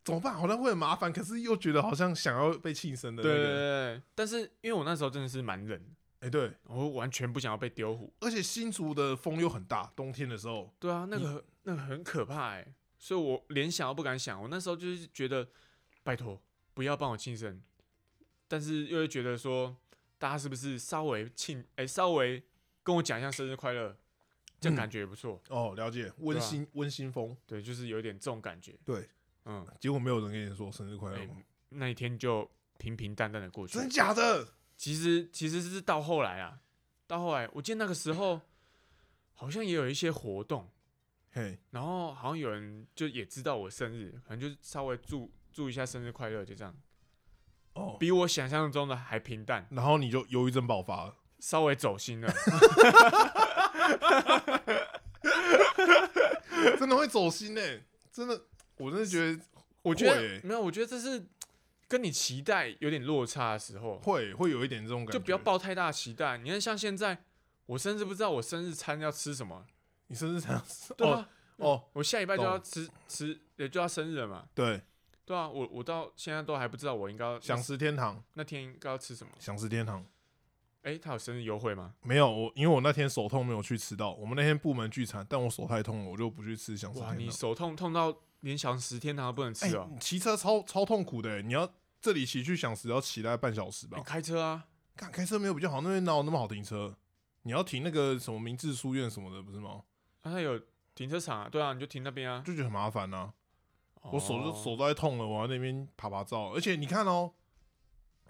Speaker 1: 怎么办？好像会很麻烦，可是又觉得好像想要被庆生的
Speaker 2: 对
Speaker 1: 那
Speaker 2: 对
Speaker 1: 个人，
Speaker 2: 对，对但是因为我那时候真的是蛮冷，
Speaker 1: 哎、对，
Speaker 2: 我完全不想要被丢虎，
Speaker 1: 而且新竹的风又很大，冬天的时候，
Speaker 2: 对啊，那
Speaker 1: 你
Speaker 2: 个那个很可怕哎、所以我连想都不敢想。我那时候就是觉得，拜托不要帮我庆生，但是又会觉得说，大家是不是稍微庆哎、稍微跟我讲一下生日快乐，这样
Speaker 1: 嗯
Speaker 2: 感觉也不错。
Speaker 1: 哦，了解，温
Speaker 2: 对啊
Speaker 1: 馨温、馨风，
Speaker 2: 对，就是有点这种感觉。
Speaker 1: 对，
Speaker 2: 嗯，
Speaker 1: 结果没有人跟你说生日快乐
Speaker 2: 哎
Speaker 1: 吗？
Speaker 2: 那一天就平平淡淡的过去。
Speaker 1: 真假的？
Speaker 2: 其实其实是到后来啊，到后来我记得那个时候好像也有一些活动，
Speaker 1: 嘿，
Speaker 2: 然后好像有人就也知道我生日，可能就稍微祝祝一下生日快乐，就这样，
Speaker 1: 哦，
Speaker 2: 比我想象中的还平淡，
Speaker 1: 然后你就忧郁症爆发了，
Speaker 2: 稍微走 心了。
Speaker 1: 真的会走心呢、真的，我真的觉得
Speaker 2: 我觉得、
Speaker 1: 会欸
Speaker 2: 没有，我觉得这是跟你期待有点落差的时候，
Speaker 1: 会会有一点这种感觉，
Speaker 2: 就不要抱太大期待。你看像现在，我甚至不知道我生日餐要吃什么，
Speaker 1: 你生日这样子，
Speaker 2: 对啊
Speaker 1: 哦
Speaker 2: 吧？
Speaker 1: 哦，
Speaker 2: 我下礼拜就要吃吃，也就要生日了嘛，
Speaker 1: 对，
Speaker 2: 对啊，我我到现在都还不知道我应该要
Speaker 1: 想吃天堂，
Speaker 2: 那天应该要吃什么。
Speaker 1: 想吃天堂。
Speaker 2: 哎、他有生日优惠吗？
Speaker 1: 没有我，因为我那天手痛没有去吃到，我们那天部门聚餐，但我手太痛了，我就不去吃想吃
Speaker 2: 哇，
Speaker 1: 天
Speaker 2: 你
Speaker 1: 堂。
Speaker 2: 手痛痛到连想十天堂都不能
Speaker 1: 哎
Speaker 2: 吃哦、
Speaker 1: 你骑车超超痛苦的、欸你要这里骑去想食要骑大概半小时
Speaker 2: 你、
Speaker 1: 吧。
Speaker 2: 开车啊？
Speaker 1: 看哎开车没有比较好，那边哪有那么好停车？你要停那个什么明治书院什么的，不是吗？
Speaker 2: 啊，他有停车场啊，对啊，你就停那边啊。
Speaker 1: 就觉得很麻烦呐、我手就
Speaker 2: 哦
Speaker 1: 手都在痛了，我要那边爬爬照，而且你看哦、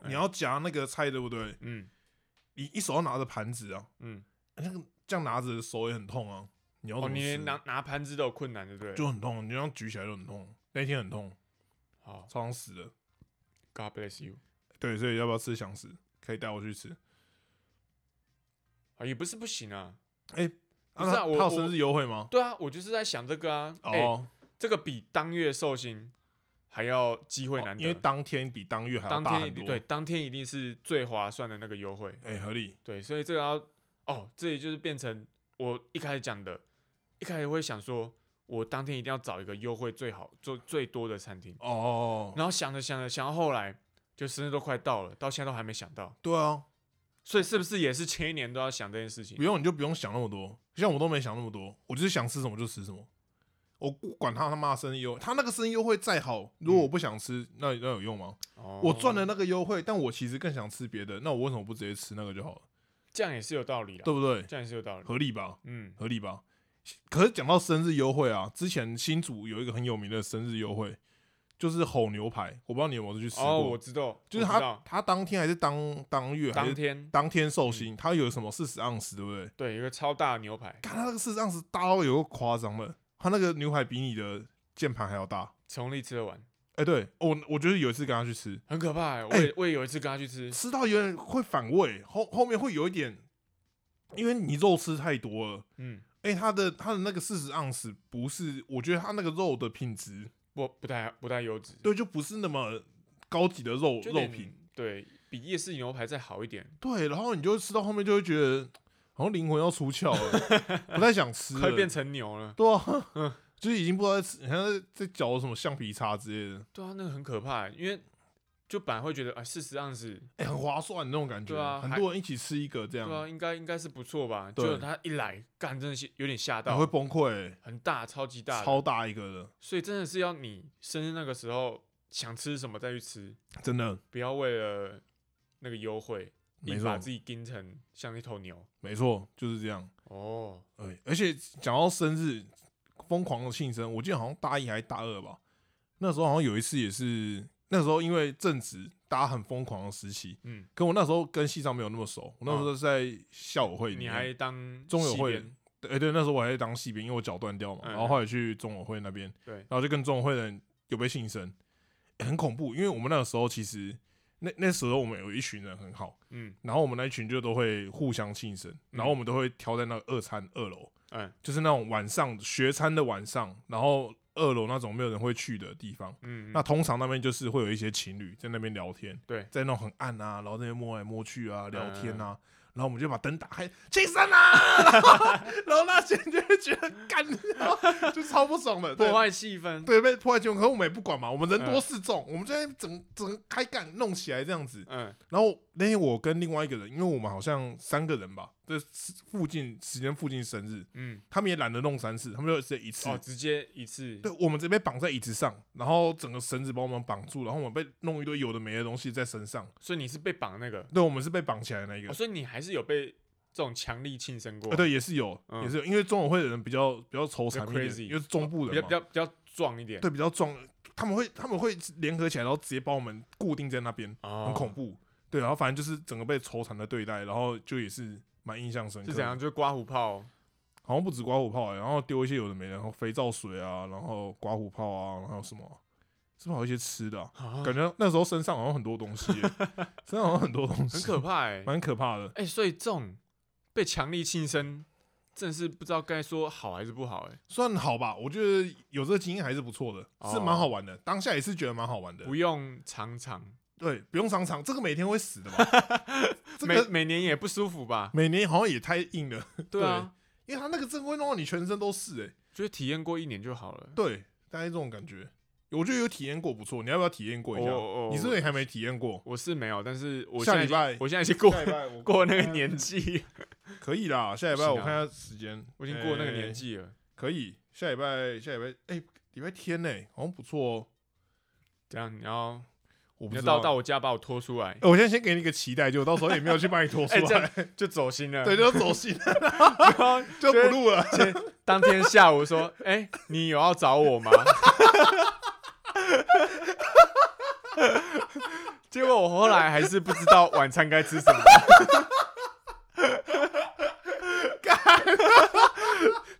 Speaker 2: 哎
Speaker 1: 你要夹那个菜对不对？
Speaker 2: 嗯
Speaker 1: 你一手要拿着盘子啊，
Speaker 2: 嗯，
Speaker 1: 那个这样拿着手也很痛啊。你要
Speaker 2: 哦，
Speaker 1: 怎么
Speaker 2: 你
Speaker 1: 吃？
Speaker 2: 连拿拿盘子都有困难，对不对？
Speaker 1: 就很痛，你这样举起来就很痛。那天很痛，
Speaker 2: 好
Speaker 1: 超想死的。
Speaker 2: 哦，God bless you
Speaker 1: 对，所以要不要吃想食？可以带我去吃。
Speaker 2: 啊，也不是不行啊。
Speaker 1: 啊
Speaker 2: 不是啊
Speaker 1: 他
Speaker 2: 我
Speaker 1: 他有
Speaker 2: 我
Speaker 1: 生日优惠吗？
Speaker 2: 对啊，我就是在想这个啊。哎、
Speaker 1: 哦，
Speaker 2: 这个比当月寿星还要机会
Speaker 1: 哦
Speaker 2: 难得，
Speaker 1: 因为当天比当月还要
Speaker 2: 当
Speaker 1: 大
Speaker 2: 天一
Speaker 1: 很
Speaker 2: 定
Speaker 1: 多。
Speaker 2: 对，，当天一定是最划算的那个优惠。
Speaker 1: 哎，合理。
Speaker 2: 对，所以这个要哦，这里就是变成我一开始讲的，一开始会想说，我当天一定要找一个优惠最好、最最多的餐厅，
Speaker 1: 哦，
Speaker 2: 然后想着想着，想到后来就生日都快到了，到现在都还没想到，
Speaker 1: 对啊，
Speaker 2: 所以是不是也是前一年都要想这件事情
Speaker 1: 不？用你就不用想那么多，像我都没想那么多，我就是想吃什么就吃什么，我不管他他妈的生日优惠，他那个生日优惠再好，如果我不想吃，那那有用吗？
Speaker 2: 哦
Speaker 1: 我赚了那个优惠，但我其实更想吃别的，那我为什么不直接吃那个就好了？
Speaker 2: 这样也是有道理的
Speaker 1: 对，不对？
Speaker 2: 这样也是有道理。
Speaker 1: 合理吧？
Speaker 2: 嗯，
Speaker 1: 合理吧？可是讲到生日优惠啊，之前新竹有一个很有名的生日优惠，就是吼牛排，我不知道你有没有去吃过，
Speaker 2: 哦，我知道，
Speaker 1: 就是
Speaker 2: 我知
Speaker 1: 他
Speaker 2: 道
Speaker 1: 他当天还是当当月还
Speaker 2: 当
Speaker 1: 是
Speaker 2: 天
Speaker 1: 当天寿星，他有什么四十盎司，对不对？
Speaker 2: 对有个超大的牛排，
Speaker 1: 看他那个四十盎司大到有个夸张了，他那个牛排比你的键盘还要大。
Speaker 2: 从力吃得完，
Speaker 1: 哎、对我我就是有一次跟他去吃，
Speaker 2: 很可怕、欸。我
Speaker 1: 哎
Speaker 2: 也、我也有一次跟他去吃，
Speaker 1: 吃到有点会反胃，后后面会有一点，因为你肉吃太多了。
Speaker 2: 嗯，
Speaker 1: 哎、他的他的那个四十盎司不是，我觉得他那个肉的品质
Speaker 2: 不不太不太优质。
Speaker 1: 对，就不是那么高级的肉
Speaker 2: 就
Speaker 1: 肉
Speaker 2: 连
Speaker 1: 品。，
Speaker 2: 对比夜市牛排再好一点，
Speaker 1: 对，然后你就吃到后面就会觉得好像灵魂要出窍了，不太想吃
Speaker 2: 快
Speaker 1: 了。
Speaker 2: 变嗯成牛了。
Speaker 1: 对啊， 就是已经不知道在吃，你像在在嚼什么橡皮擦之类的，
Speaker 2: 对啊，那个很可怕欸，因为就本来会觉得啊，四十盎司，
Speaker 1: 哎、很划算那种感觉。
Speaker 2: 对啊
Speaker 1: 很
Speaker 2: 还
Speaker 1: 多人一起吃一个这
Speaker 2: 对
Speaker 1: 样，
Speaker 2: 啊，应该应该是不错吧？结
Speaker 1: 对
Speaker 2: 果他一来，干真的是有点吓
Speaker 1: 然后会
Speaker 2: 到，
Speaker 1: 崩溃、
Speaker 2: 很大，超级大的，
Speaker 1: 超大一个
Speaker 2: 所以真的是要你生日那个时候想吃什么再去吃，
Speaker 1: 的，真的
Speaker 2: 不要为了那个优惠，
Speaker 1: 没
Speaker 2: 硬把
Speaker 1: 错，
Speaker 2: 自己盯成像一头牛。
Speaker 1: 没错，就是这样。
Speaker 2: 哦，
Speaker 1: 哎，而且讲到生日疯狂的庆生，我记得好像大一还是大二吧，那时候好像有一次也是，那时候因为正值大家很疯狂的时期，
Speaker 2: 嗯，
Speaker 1: 可我那时候跟系上没有那么熟，我那时候是在校友会里
Speaker 2: 你
Speaker 1: 面，
Speaker 2: 还当
Speaker 1: 中友
Speaker 2: 戏
Speaker 1: 会
Speaker 2: 编，，
Speaker 1: 对、哎对，那时候我还在当系兵，因为我脚断掉嘛，
Speaker 2: 嗯
Speaker 1: 然后后来去中友会那边，
Speaker 2: 对
Speaker 1: 然后就跟中友会的人有被庆生、哎很恐怖，因为我们那个时候其实那那时候我们有一群人很好，
Speaker 2: 嗯
Speaker 1: 然后我们那一群就都会互相庆生，然后我们都会挑在那个二餐二楼，
Speaker 2: 嗯
Speaker 1: 就是那种晚上学餐的晚上，然后二楼那种没有人会去的地方。
Speaker 2: 嗯，
Speaker 1: 那通常那边就是会有一些情侣在那边聊天，
Speaker 2: 对嗯
Speaker 1: 在那种很暗啊，然后在那边摸来摸去啊，聊天啊，然后我们就把灯打开，庆生啊，然后 然后那些人就会觉得干，然后就超不爽的，对
Speaker 2: 破坏气氛，
Speaker 1: 对，被破坏气氛，可是我们也不管嘛，我们人多
Speaker 2: 嗯
Speaker 1: 势众，我们就在整整开干弄起来这样子。
Speaker 2: 嗯
Speaker 1: 然后那天我跟另外一个人，因为我们好像三个人吧，这附近时间附近生日，
Speaker 2: 嗯，
Speaker 1: 他们也懒得弄三次，他们就直接一次。
Speaker 2: 哦，直接一次，
Speaker 1: 对，我们直接被绑在椅子上，然后整个绳子把我们绑住，然后我们被弄一堆有的没的东西在身上。
Speaker 2: 所以你是被绑那个，
Speaker 1: 对，我们是被绑起来的那一个。
Speaker 2: 哦所以你还是有被这种强力庆生过
Speaker 1: 啊，，对，也是有，
Speaker 2: 嗯
Speaker 1: 也是有，因为中委会的人比较比较愁
Speaker 2: 比较
Speaker 1: 善一点，
Speaker 2: crazy 哦
Speaker 1: 因为是中部
Speaker 2: 比较
Speaker 1: 人
Speaker 2: 比
Speaker 1: 嘛，
Speaker 2: 较比较壮一点，
Speaker 1: 对，比较壮，他们会他们会联合起来，然后直接把我们固定在那边。
Speaker 2: 哦，
Speaker 1: 很恐怖。对，然后反正就是整个被愁惨的对待，然后就也是蛮印象深刻。
Speaker 2: 是怎样？？就是刮胡泡，
Speaker 1: 好像不止刮胡泡、欸，然后丢一些有的没的，然后肥皂水啊，然后刮胡泡啊，然后什么，是不是还有一些吃的啊、
Speaker 2: 啊
Speaker 1: 感觉那时候身上好像很多东西欸、身上好像很多东西，
Speaker 2: 很可怕哎、欸，
Speaker 1: 蛮可怕的。
Speaker 2: 哎、所以这种被强力庆生，真的是不知道该说好还是不好哎、
Speaker 1: 算好吧，我觉得有这个经验还是不错的，是蛮好玩的。当下也是觉得蛮好玩的
Speaker 2: 哦不。用常常，
Speaker 1: 对，不用常常，这个每天会死 的吧？这个
Speaker 2: 每每年也不舒 服吧？
Speaker 1: 每年好像也太硬了，
Speaker 2: 对啊，
Speaker 1: 因为它那个真的会弄到你全身都是、欸，
Speaker 2: 就是体验过一年就好了。
Speaker 1: 对，大概这种感觉。我觉得有体验过不错，你要不要体验过一下？
Speaker 2: 我
Speaker 1: 你是不是也还没体验过？
Speaker 2: 哦我是没有，但是我
Speaker 1: 下
Speaker 2: 现在
Speaker 1: 礼
Speaker 2: 已经
Speaker 1: 拜
Speaker 2: 我现在已经过
Speaker 1: 礼拜我
Speaker 2: 过那个年纪，
Speaker 1: 可以啦，下礼拜
Speaker 2: 行啊
Speaker 1: 我看一下时间。
Speaker 2: 我已经过那个年
Speaker 1: 欸，
Speaker 2: 纪了。
Speaker 1: 可以。下礼拜，下礼拜，哎、礼拜天呢、好像不错哦、
Speaker 2: 这样你要
Speaker 1: 我
Speaker 2: 你
Speaker 1: 不
Speaker 2: 要
Speaker 1: 知
Speaker 2: 到
Speaker 1: 道。
Speaker 2: 到我家把我拖出来，
Speaker 1: 欸我现在先给你一个期待，就到时候也没有去帮你 拖出
Speaker 2: 哎这
Speaker 1: 来，
Speaker 2: 样就走心了。
Speaker 1: 对，就走心了，
Speaker 2: 然后
Speaker 1: 就不
Speaker 2: 对
Speaker 1: 录了。
Speaker 2: 前当天下午说：“哎、你有要找我吗？” 结果我后来还是不知道晚餐该吃什 么。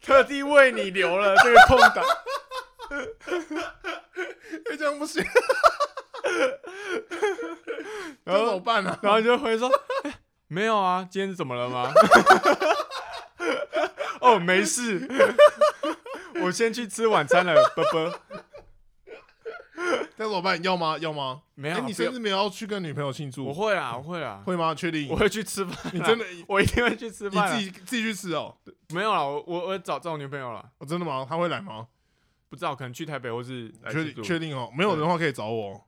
Speaker 2: 特地为你留了这个空档，
Speaker 1: 哎这样 不行，
Speaker 2: 然
Speaker 1: 然
Speaker 2: 后
Speaker 1: 后怎么办呢、
Speaker 2: 然后就回说、哎没有啊，今天怎么了吗？” 哦，没事， 我先去吃晚餐了，啵啵。
Speaker 1: 这样怎么办？要吗？要吗？
Speaker 2: 没
Speaker 1: 哎、
Speaker 2: 有啊，
Speaker 1: 你
Speaker 2: 不要
Speaker 1: 生日没有要去跟女朋友庆祝
Speaker 2: 我？会啊啦，我会啦，
Speaker 1: 会吗？确定
Speaker 2: 我？会去吃饭啦。
Speaker 1: 你真 的
Speaker 2: 我一定会去吃
Speaker 1: 你
Speaker 2: 饭啦。啊
Speaker 1: 自己自己去吃哦、
Speaker 2: 没有啦，我我我找找女朋友了，
Speaker 1: 哦真的吗？他会来吗？
Speaker 2: 不知道可能去台北或是来
Speaker 1: 确
Speaker 2: 基
Speaker 1: 定
Speaker 2: 督
Speaker 1: 确定哦，没有的话可以找我，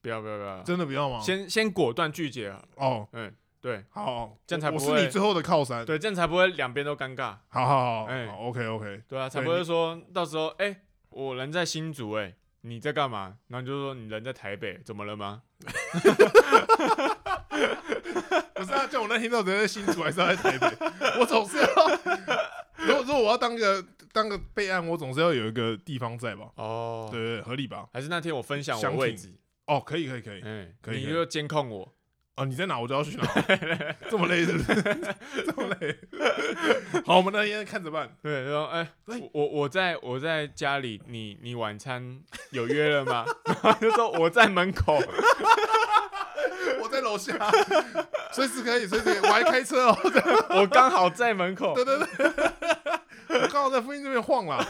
Speaker 2: 不要不要不要，
Speaker 1: 真的不要吗？
Speaker 2: 先先果断拒绝啊。
Speaker 1: 哦，
Speaker 2: 嗯，对
Speaker 1: 好，
Speaker 2: 这样才
Speaker 1: 我
Speaker 2: 不
Speaker 1: 我是
Speaker 2: 会
Speaker 1: 你最后的靠山。
Speaker 2: 对，这样才不会两边都尴尬。
Speaker 1: 好好好，
Speaker 2: 哎
Speaker 1: 好，OK OK，
Speaker 2: 对啊，才
Speaker 1: 对
Speaker 2: 不会说到时候哎、我人在新竹哎、你在干嘛？然后你就说你人在台北，怎么了吗？
Speaker 1: 不 是啊，就我那天到底在新竹还是在台北？我总是要，如果如果我要当个当个备案，我总是要有一个地方在吧？
Speaker 2: 哦
Speaker 1: 对，对，对合理吧？
Speaker 2: 还是那天我分享我
Speaker 1: 详
Speaker 2: 位
Speaker 1: 情
Speaker 2: 置，
Speaker 1: 哦，可以可以可以，
Speaker 2: 嗯，
Speaker 1: 可以
Speaker 2: 你
Speaker 1: 可以
Speaker 2: 就监控我，
Speaker 1: 哦，你在哪我就要 去哪，这么累是不是？这么累？好，我们那天看着办。
Speaker 2: 对，然后哎，
Speaker 1: 对
Speaker 2: 我我我在我在家里，你你晚餐有约了吗？ 然后就说我在门口，
Speaker 1: 我在楼下，随时可以，随时可以，我还开车哦。
Speaker 2: 我刚好在门口。
Speaker 1: 对对对，我刚好在附近这边晃啦。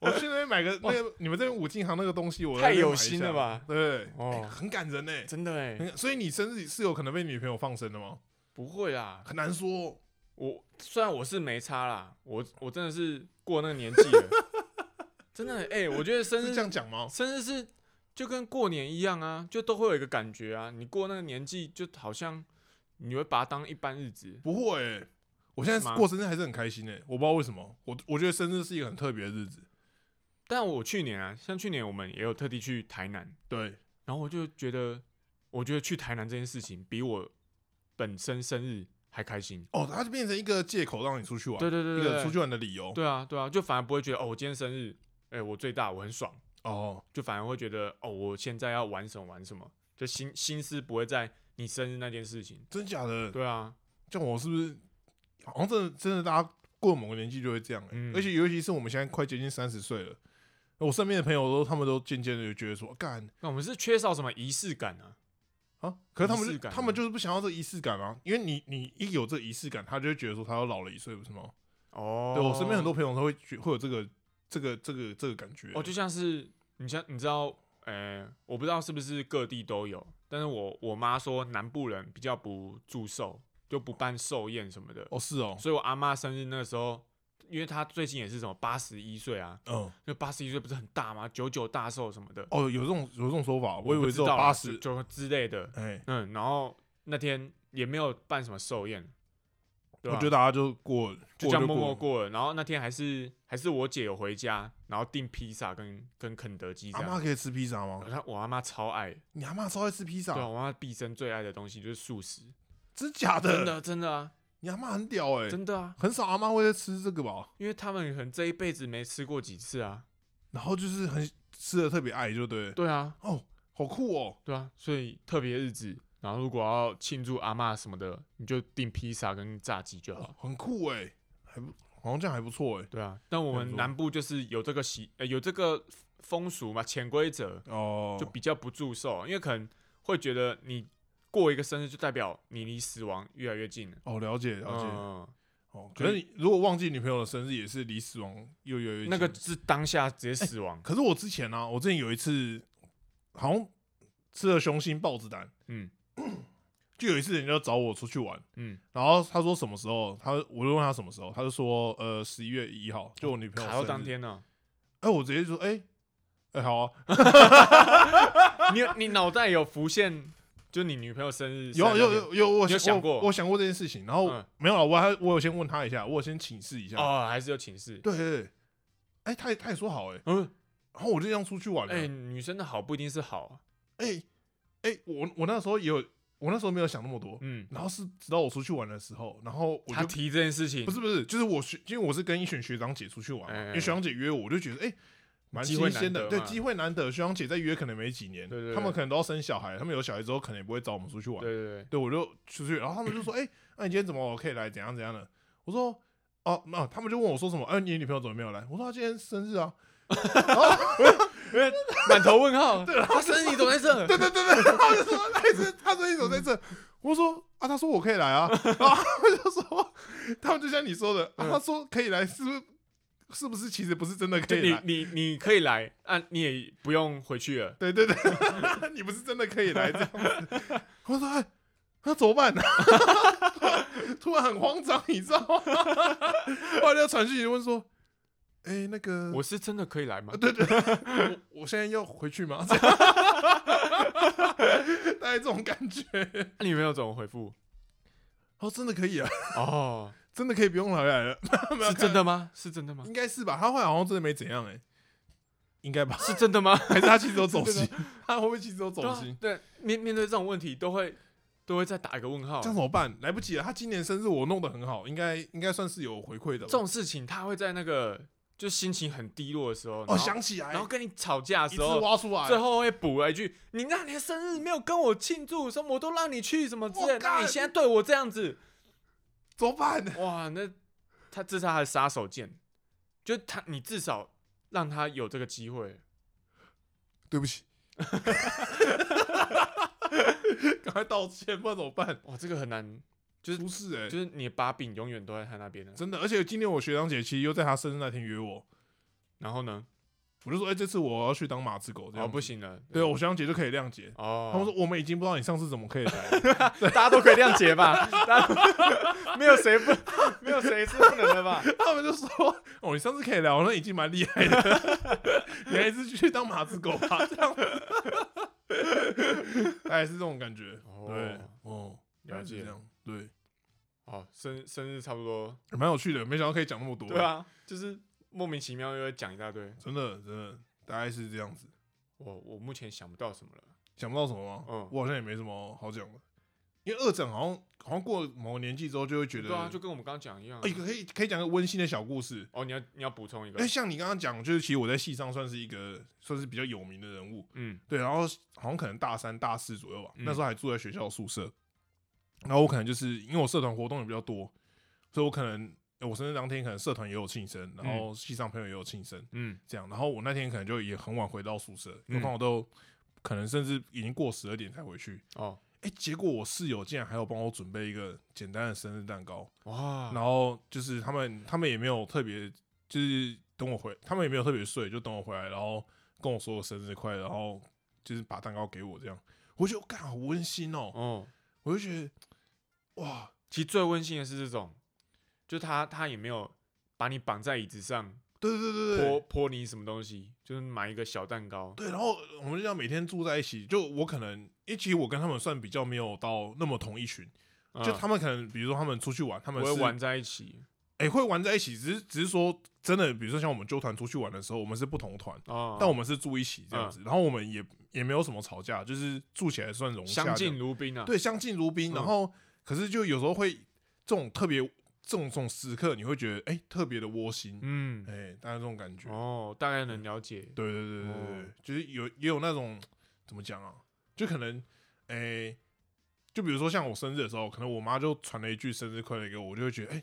Speaker 1: 我去那边买个那个你们这边五金行那个东西，我在那边
Speaker 2: 太有
Speaker 1: 买一下
Speaker 2: 心了吧？
Speaker 1: 对，
Speaker 2: 哦
Speaker 1: 哎很感人呢。
Speaker 2: 真的哎、
Speaker 1: 很嗯所以你生日是有可能被女朋友放生的吗？
Speaker 2: 不会啦，
Speaker 1: 很难说。哦
Speaker 2: 我虽然我是没差啦，我我真的是过那个年纪了，真的哎、我觉得生
Speaker 1: 是这
Speaker 2: 日
Speaker 1: 样讲吗？
Speaker 2: 生日是就跟过年一样啊，就都会有一个感觉啊，你过那个年纪就好像你会把它当一般日子，
Speaker 1: 不会欸、我现
Speaker 2: 是
Speaker 1: 在
Speaker 2: 吗
Speaker 1: 过生日还是很开心诶、我不知道为什么。我我觉得生日是一个很特别的日子。
Speaker 2: 但我去年啊，像去年我们也有特地去台南，
Speaker 1: 对，
Speaker 2: 然后我就觉得，我觉得去台南这件事情比我本身生日还开心。
Speaker 1: 哦，它就变成一个借口让你出去玩，
Speaker 2: 对对对
Speaker 1: 一个
Speaker 2: 对
Speaker 1: 出去玩的理由。
Speaker 2: 对啊，对啊，就反而不会觉得哦，我今天生日，哎、我最大，我很爽，
Speaker 1: 哦，
Speaker 2: 就反而会觉得哦，我现在要玩什么玩什么，就心心思不会在你生日那件事情。
Speaker 1: 真假的？
Speaker 2: 对啊，
Speaker 1: 像我是不是好像真的真的大家过某个年纪就会这样、欸，
Speaker 2: 嗯
Speaker 1: 而且尤其是我们现在快接近三十岁了，我身边的朋友都他们都渐渐的觉得说，干
Speaker 2: 那我们是缺少什么仪式感啊？
Speaker 1: 啊，可是他
Speaker 2: 仪
Speaker 1: 们
Speaker 2: 式
Speaker 1: 就
Speaker 2: 感
Speaker 1: 他
Speaker 2: 吗
Speaker 1: 们就是不想要这仪式感啊，因为你你一有这仪式感，他就会觉得说他要老了一岁，不是吗？
Speaker 2: 哦
Speaker 1: 对我身边很多朋友都会觉会有这个这个这个这个感觉。
Speaker 2: 哦，就像是你像你知道，呃，我不知道是不是各地都有，但是我我妈说南部人比较不祝寿，就不办寿宴什么的，
Speaker 1: 哦是哦，
Speaker 2: 所以我阿妈生日那个时候，因为她最近也是什么八十一岁啊，
Speaker 1: 嗯，
Speaker 2: 那八十一岁不是很大吗？九九大寿什么的，
Speaker 1: 哦有这种有这种说法，我以
Speaker 2: 不
Speaker 1: 为
Speaker 2: 知
Speaker 1: 只有
Speaker 2: 道啦啊
Speaker 1: 八
Speaker 2: 就
Speaker 1: 十，
Speaker 2: 就之类的，
Speaker 1: 哎，
Speaker 2: 嗯，然后那天也没有办什么寿宴，对
Speaker 1: 我
Speaker 2: 吧
Speaker 1: 觉得大家就过了
Speaker 2: 就
Speaker 1: 过了
Speaker 2: 这样
Speaker 1: 过
Speaker 2: 默默
Speaker 1: 了。
Speaker 2: 过了，然后那天还是还是我姐有回家，然后订披萨跟跟肯德基这
Speaker 1: 阿
Speaker 2: 样。
Speaker 1: 妈可以吃披萨吗
Speaker 2: 我？她我阿妈超爱，
Speaker 1: 你阿妈超爱吃披
Speaker 2: 啊对啊，
Speaker 1: 萨，
Speaker 2: 我阿妈毕生最爱的东西就是 素食，
Speaker 1: 真假
Speaker 2: 真
Speaker 1: 的？
Speaker 2: 的真的啊，
Speaker 1: 你阿妈很屌哎，
Speaker 2: 真的啊，
Speaker 1: 很少阿妈会在吃这个吧？
Speaker 2: 因为他们可能这一辈子没吃过几次啊，
Speaker 1: 然后就是很吃的特别爱，就对了。
Speaker 2: 对啊，
Speaker 1: 哦，好酷哦！
Speaker 2: 对啊，所以特别日子，然后如果要庆祝阿妈什么的，你就订披萨跟炸鸡就 好。
Speaker 1: 很酷哎、还不好像这样还不错哎、
Speaker 2: 对啊，但我
Speaker 1: 没
Speaker 2: 们
Speaker 1: 错
Speaker 2: 南部就是有这个习，呃，有这个风俗嘛，潜规则
Speaker 1: 哦
Speaker 2: 就比较不祝寿，因为可能会觉得你过一个生日就代表你离死亡越来越近了。
Speaker 1: 哦，了解了解、
Speaker 2: 嗯，
Speaker 1: 哦。可是你如果忘记女朋友的生日，也是离死亡又越来越近
Speaker 2: 那个是当下直接死亡。
Speaker 1: 可是我之前呢、我之前有一次好像吃了雄心豹子胆，
Speaker 2: 嗯
Speaker 1: 就有一次人家找我出去玩，
Speaker 2: 嗯，
Speaker 1: 然后他说什么时候，他我就问他什么时候，他就说呃十一月一号，就我女朋
Speaker 2: 卡
Speaker 1: 友
Speaker 2: 到
Speaker 1: 生
Speaker 2: 当
Speaker 1: 日，
Speaker 2: 天 呢、
Speaker 1: 哎、我直接说哎哎、好啊，
Speaker 2: 你你脑袋有浮现，就你女朋友生日
Speaker 1: 有啊
Speaker 2: 三
Speaker 1: 有
Speaker 2: 天
Speaker 1: 有有，我
Speaker 2: 你有想过
Speaker 1: 我我想过这件事情，然后、
Speaker 2: 嗯
Speaker 1: 没有啊了，我还我有先问他一下，我有先请示一下，
Speaker 2: 哦，还是有寝室。
Speaker 1: 对对对，哎、他也他也说好哎、
Speaker 2: 嗯，
Speaker 1: 然后我就这样出去玩了，
Speaker 2: 哎、
Speaker 1: 哎
Speaker 2: 女生的好不一定是好、啊，
Speaker 1: 哎、我我那时候也有，我那时候没有想那么多，
Speaker 2: 嗯，
Speaker 1: 然后是直到我出去玩的时候，然后我
Speaker 2: 他
Speaker 1: 就
Speaker 2: 提这件事情
Speaker 1: 不是不是，就是我学，因为我是跟一群学长姐出去玩嘛，
Speaker 2: 哎哎哎
Speaker 1: 因为学长姐约我，我就觉得哎。蛮
Speaker 2: 机会
Speaker 1: 新鲜
Speaker 2: 难
Speaker 1: 的，
Speaker 2: 得
Speaker 1: 对，
Speaker 2: 嘛
Speaker 1: 机会难得。学长姐在约可能没几年，
Speaker 2: 对对对
Speaker 1: 他们可能都要生小孩，他们有小孩之后可能也不会找我们啊出去玩
Speaker 2: 对。对对，
Speaker 1: 对，我就出去，然后他们 就说：“哎、那、你今天怎么可以来？怎样怎样的？”我说：“哦、那、他们就问我说什么？哎、你女朋友怎么没有来？”我说：“她今天生日啊。”
Speaker 2: 满头问 号，对，他生日你怎么在这？
Speaker 1: 啊对对啊对 对，然后我就说那一次他说你怎么在
Speaker 2: 嗯
Speaker 1: 这？我说啊，他说我可以来 啊，然后他们就说，他们就像你说的，啊、
Speaker 2: 嗯
Speaker 1: 他说可以来，是不是？是不是其实不是真的可
Speaker 2: 就
Speaker 1: 以
Speaker 2: 你
Speaker 1: 来？
Speaker 2: 你你可以来，啊，你也不用回去了。
Speaker 1: 对对对， 你不是真的可以来这样子。我说哎那、怎么办呢、 突然很慌张，你知道吗？后来就传讯息问说，哎、那个
Speaker 2: 我是真的可以来吗
Speaker 1: 啊，？对对， 我我现在要回去吗？这 样大概这种感觉。
Speaker 2: 那女朋友怎么回复？
Speaker 1: 哦，真的可以啊，
Speaker 2: 哦，
Speaker 1: 真的可以不用来来 了，
Speaker 2: 是真的吗？是真的吗？
Speaker 1: 应该是吧？他后来好像真的没怎样哎、应该吧？
Speaker 2: 是真的吗？
Speaker 1: 还是他其实有走
Speaker 2: 是
Speaker 1: 心？他会不会其实有走
Speaker 2: 对啊
Speaker 1: 心？
Speaker 2: 对，面面对这种问题，都会都会再打一个问号。
Speaker 1: 这样怎么办？来不及了。他今年生日我弄得很好，应该应该算是有回馈的吧。
Speaker 2: 这种事情，他会在那个就心情很低落的时候，
Speaker 1: 哦，
Speaker 2: 然后
Speaker 1: 想起来，
Speaker 2: 然后跟你吵架的
Speaker 1: 一
Speaker 2: 时
Speaker 1: 次
Speaker 2: 候，
Speaker 1: 挖出来，
Speaker 2: 最后会补了一句：“你那年生日没有跟我庆祝，什么我都让你去什么之类
Speaker 1: 我
Speaker 2: 的，那
Speaker 1: 干
Speaker 2: 你现在对我这样子，
Speaker 1: 怎么办？
Speaker 2: 哇，那他这是他的杀手锏，就他你至少让他有这个机会。
Speaker 1: 对不起， 赶快道歉，不然怎么办？
Speaker 2: 哇，这个很难，就是
Speaker 1: 不是哎、
Speaker 2: 就是你的把柄永远都在他那边的。啊
Speaker 1: 真的。而且今年我学长姐其实又在她生日那天约我，
Speaker 2: 然后呢，
Speaker 1: 我就说，哎、这次我要去当马子狗，这样
Speaker 2: 哦
Speaker 1: 子
Speaker 2: 不。行了，
Speaker 1: 对，我学长姐就可以谅解。
Speaker 2: 哦，
Speaker 1: 他们说我们已经不知道你上次怎么可以来了，
Speaker 2: 大家都可以谅解吧，大家 没有谁不没有谁是不能的 吧？
Speaker 1: 他们就说哦，你上次可以聊，那已经蛮厉害的， 你还是去当马子狗吧， 这样子，大概是这种感觉。
Speaker 2: 哦
Speaker 1: 对，哦，大
Speaker 2: 了解
Speaker 1: 概是这样，对，
Speaker 2: 哦，生生日差不多，
Speaker 1: 蛮有趣的，没想到可以讲那么多。
Speaker 2: 对，啊，就是莫名其妙又会讲一大堆。
Speaker 1: 真的真的，大概是这样子。
Speaker 2: 我我目前想不到什么了。
Speaker 1: 想不到什么吗？
Speaker 2: 嗯
Speaker 1: 我好像也没什么好讲的，因为二诊好像好像过了某个年纪之后就会觉得，
Speaker 2: 对啊，就跟我们刚刚讲一样啊。
Speaker 1: 哎可以可以讲个温馨的小故事。
Speaker 2: 哦，你要你要补充一
Speaker 1: 哎、
Speaker 2: 个，
Speaker 1: 像你刚刚讲，就是其实我在戏上算是一个算是比较有名的人物，
Speaker 2: 嗯
Speaker 1: 对，然后好像可能大三、大四左右吧，
Speaker 2: 嗯
Speaker 1: 那时候还住在学校宿舍。然后我可能就是因为我社团活动也比较多，所以我可能呃我生日当天可能社团也有庆生，然后系上朋友也有庆生，
Speaker 2: 嗯
Speaker 1: 这样。然后我那天可能就也很晚回到宿舍，
Speaker 2: 嗯
Speaker 1: 有空我都可能甚至已经过十二点才回去。
Speaker 2: 哦，
Speaker 1: 哎、哎、结果我室友竟然还有帮我准备一个简单的生日蛋糕，
Speaker 2: 哇，
Speaker 1: 然后就是他们他们也没有特别，就是等我回，他们也没有特别睡，就等我回来，然后跟我说我生日快乐，然后就是把蛋糕给我这样，我就干好温馨哦、
Speaker 2: 哦，
Speaker 1: 我就觉得哇，
Speaker 2: 其实最温馨的是这种，就他他也没有把你绑在椅子上
Speaker 1: 对对对对
Speaker 2: 泼
Speaker 1: 对。
Speaker 2: 泼你什么东西，就是买一个小蛋糕，
Speaker 1: 对，然后我们就这样每天住在一起。就我可能，因为其实我跟他们算比较没有到那么同一群，就
Speaker 2: 嗯
Speaker 1: 他们可能，比如说他们出去玩，他
Speaker 2: 不
Speaker 1: 们
Speaker 2: 会
Speaker 1: 是
Speaker 2: 玩在一起
Speaker 1: 哎、会玩在一起，只是只是说真的，比如说像我们纠团出去玩的时候，我们是不同团，
Speaker 2: 哦，嗯
Speaker 1: 但我们是住一起这样子，然后我们也也没有什么吵架，就是住起来算融洽这
Speaker 2: 相
Speaker 1: 样，
Speaker 2: 敬如宾啊，
Speaker 1: 对，相敬如宾。
Speaker 2: 嗯
Speaker 1: 然后可是就有时候会这种特别这种这种时刻，你会觉得哎、特别的窝心，
Speaker 2: 嗯
Speaker 1: 哎、，大概这种感觉。
Speaker 2: 哦，大概能了解，
Speaker 1: 对对对对对，
Speaker 2: 哦
Speaker 1: 对，就是有也有那种怎么讲啊，就可能哎、就比如说像我生日的时候，可能我妈就传了一句生日快乐给我，我就会觉得哎、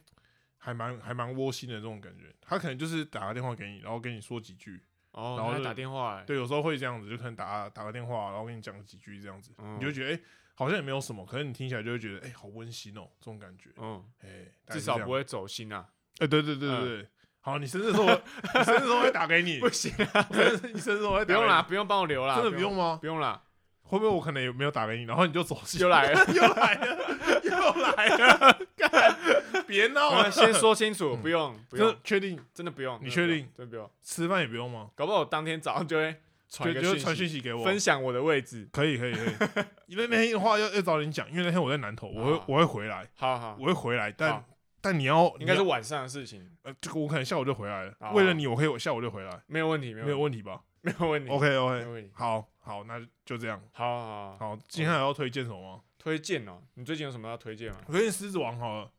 Speaker 1: 还蛮还蛮窝心的这种感觉。她可能就是打个电话给你，然后跟你说几句，
Speaker 2: 哦，
Speaker 1: 然后
Speaker 2: 他
Speaker 1: 就
Speaker 2: 打电话来，
Speaker 1: 对，有时候会这样子，就可能打打个电话，然后跟你讲几句这样子，
Speaker 2: 嗯
Speaker 1: 你就会觉得哎、好像也没有什么，可是你听起来就会觉得哎、好温馨哦、这种感觉。
Speaker 2: 嗯，
Speaker 1: 哎、大概
Speaker 2: 至
Speaker 1: 是
Speaker 2: 少
Speaker 1: 这样
Speaker 2: 不会走心 啊，
Speaker 1: 哎、对对对对
Speaker 2: 嗯
Speaker 1: 对。好，你生日的时 候，你生日的时候会打给你，
Speaker 2: 不行啊，
Speaker 1: 我生日你生日的时候会
Speaker 2: 不
Speaker 1: 打给
Speaker 2: 用
Speaker 1: 你
Speaker 2: 啦，，不用帮我留啦，
Speaker 1: 真的不用吗？
Speaker 2: 不用啦，
Speaker 1: 会不会我可能也没有打给你，然后你就走心，
Speaker 2: 又来了，
Speaker 1: 又来了，又来了，干别闹
Speaker 2: 我
Speaker 1: 了，
Speaker 2: 们先说清楚，不用， 不
Speaker 1: 真的
Speaker 2: 用，
Speaker 1: 确定
Speaker 2: 真的不用，
Speaker 1: 嗯你
Speaker 2: 真的不
Speaker 1: 确
Speaker 2: 用
Speaker 1: 定？
Speaker 2: 真的不用，
Speaker 1: 吃饭也不用吗？
Speaker 2: 搞不好我当天早上就会传
Speaker 1: 就
Speaker 2: 一个
Speaker 1: 就传
Speaker 2: 息
Speaker 1: 讯息给我，
Speaker 2: 分享我的位置，
Speaker 1: 可以可以可以。 因为那天的话要要早点讲，因为那天我在南投，我会
Speaker 2: 啊
Speaker 1: 我会回来，
Speaker 2: 好好，
Speaker 1: 我会回来，但
Speaker 2: 好
Speaker 1: 但你要
Speaker 2: 应该是
Speaker 1: 你要
Speaker 2: 晚上的事情，
Speaker 1: 呃，这个我可能下午就回来了，
Speaker 2: 啊
Speaker 1: 为了你我可以我下午就回来，
Speaker 2: 没有问题，没
Speaker 1: 没有
Speaker 2: 有
Speaker 1: 问题吧
Speaker 2: 没有问题，
Speaker 1: ？OK
Speaker 2: 没有
Speaker 1: OK，
Speaker 2: 问题。
Speaker 1: 好好，那就这样。
Speaker 2: 好好好，
Speaker 1: 好，今天还要推荐什么吗？
Speaker 2: 推荐哦，你最近有什么要推荐吗？
Speaker 1: 我推荐狮子王好了。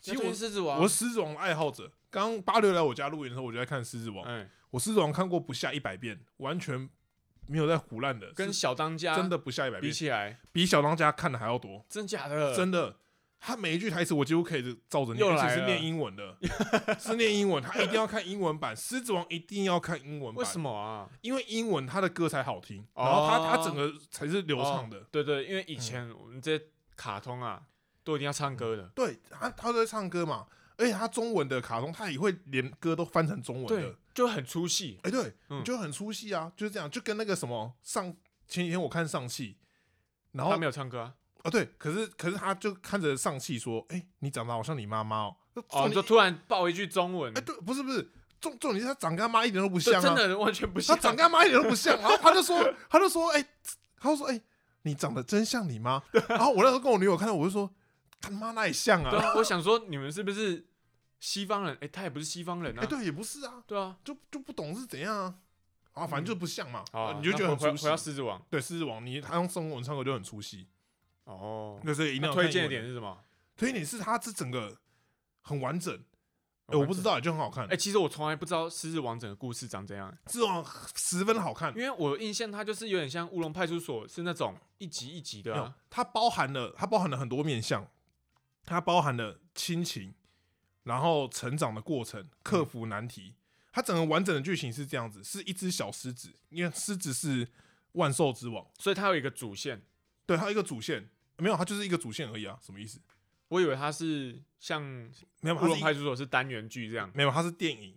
Speaker 1: 其实
Speaker 2: 那
Speaker 1: 我
Speaker 2: 推荐狮子王，
Speaker 1: 我是狮子王的爱好者。刚八六来我家录影的时候，我就在看狮子王。
Speaker 2: 哎，
Speaker 1: 我狮子王看过不下一百遍，完全没有在胡乱的，
Speaker 2: 跟
Speaker 1: 是
Speaker 2: 小当家
Speaker 1: 真的不下一百
Speaker 2: 比
Speaker 1: 遍，
Speaker 2: 起来，
Speaker 1: 比小当家看的还要多，
Speaker 2: 真假的，
Speaker 1: 真的。他每一句台词我几乎可以照着念，
Speaker 2: 又
Speaker 1: 而且
Speaker 2: 来
Speaker 1: 是
Speaker 2: 了
Speaker 1: 念英文 的，是念英文。他一定要看英文版，《狮子王》一定要看英文版，
Speaker 2: 为什么啊？
Speaker 1: 因为英文它的歌才好听，然后它它
Speaker 2: 哦
Speaker 1: 整个才是流畅的。
Speaker 2: 对对，因为以
Speaker 1: 嗯
Speaker 2: 前我们这些卡通啊，都一定要唱歌的，
Speaker 1: 对，他他都在唱歌嘛，而且他中文的卡通他也会连歌都翻成中文的
Speaker 2: 对，，就很出戏。
Speaker 1: 哎、对，
Speaker 2: 嗯
Speaker 1: 你就很出戏啊，就是这样，就跟那个什么上前几天我看上戏，然后
Speaker 2: 他没
Speaker 1: 啊、
Speaker 2: 有唱歌啊，
Speaker 1: 对，可是可是他就看着上戏说，哎、你长得好像你妈妈哦，
Speaker 2: 哦，
Speaker 1: 重
Speaker 2: 你
Speaker 1: 点
Speaker 2: 就突然爆一句中文
Speaker 1: 哎、，对，不是不是，重重点是他长跟他妈一点 都不像
Speaker 2: 这真
Speaker 1: 啊，
Speaker 2: 的完全不
Speaker 1: 他
Speaker 2: 像。
Speaker 1: 长跟他妈一点都不像，然后他就说他就说，哎、他就说，哎、你长得真像你妈，然后我那时候跟我女友看到，我就说，他妈哪里像
Speaker 2: 对
Speaker 1: 啊？
Speaker 2: 啊，我想说你们是不是西方人？哎，他也不是西方人
Speaker 1: 哎、
Speaker 2: 啊。
Speaker 1: 对，也不是啊，
Speaker 2: 对啊，
Speaker 1: 就就不懂是怎样啊，啊，反正就不像嘛，
Speaker 2: 好啊，
Speaker 1: 你就觉得
Speaker 2: 那
Speaker 1: 很
Speaker 2: 回
Speaker 1: 出
Speaker 2: 回
Speaker 1: 戏
Speaker 2: 回。到狮子王
Speaker 1: 对，狮子王，你他用中文唱歌就很出戏。
Speaker 2: 哦。
Speaker 1: 那所以一定
Speaker 2: 那
Speaker 1: 要
Speaker 2: 推
Speaker 1: 看英
Speaker 2: 荐的
Speaker 1: 文
Speaker 2: 点，是什么？
Speaker 1: 推荐点是它这整个很完整，哎，我不知道，就很好看
Speaker 2: 哎、。其实我从来不知道《狮子王》整个故事长怎样、
Speaker 1: 狮子王十分好看
Speaker 2: 因，为我印象它就是有点像《乌龙派出所》，是那种一集一集的
Speaker 1: 没有
Speaker 2: 啊、
Speaker 1: 它包含了它包含了很多面向，它包含了亲情，然后成长的过程，克
Speaker 2: 嗯
Speaker 1: 服难题。它整个完整的剧情是这样子：是一只小狮子，因为狮子是万兽之王，
Speaker 2: 所以它有一个主线。
Speaker 1: 对，它有一个主线，没有，它就是一个主线而已啊，什么意思？
Speaker 2: 我以为它是像《
Speaker 1: 没有，
Speaker 2: 乌
Speaker 1: 它
Speaker 2: 龙
Speaker 1: 是一
Speaker 2: 派出所》是单元剧这样。
Speaker 1: 没有，它是电影，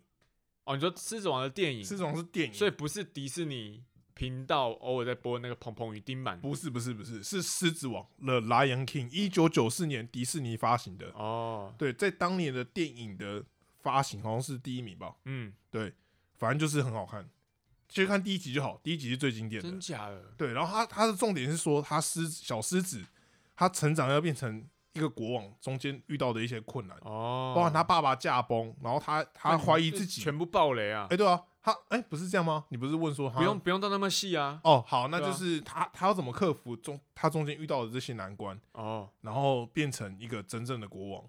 Speaker 2: 哦，你说《狮子王》的电影
Speaker 1: 狮，子王是电影，
Speaker 2: 所以不是迪士尼频道偶尔在播那个《鹏鹏与丁满》
Speaker 1: 不是不是不是，是《狮子王》The Lion King，一九九四年迪士尼发行的。
Speaker 2: 哦，
Speaker 1: 对，在当年的电影的发行好像是第一名吧。
Speaker 2: 嗯，
Speaker 1: 对，反正就是很好看，其实看第一集就好，第一集是最经典
Speaker 2: 真
Speaker 1: 的。
Speaker 2: 假的？
Speaker 1: 对，然后他他的重点是说，他狮子小狮子，他成长要变成一个国王，中间遇到的一些困难，
Speaker 2: 哦，
Speaker 1: 包含他爸爸驾崩，然后他
Speaker 2: 那
Speaker 1: 他
Speaker 2: 你
Speaker 1: 怀疑
Speaker 2: 这
Speaker 1: 自己。
Speaker 2: 全部爆雷啊！
Speaker 1: 哎，对啊，他哎不是这样吗？你不是问说他
Speaker 2: 不用不用到那么细啊。
Speaker 1: 哦，好，那
Speaker 2: 对
Speaker 1: 就
Speaker 2: 啊
Speaker 1: 是他他要怎么克服中他中间遇到的这些难关。
Speaker 2: 哦，
Speaker 1: 然后变成一个真正的国王，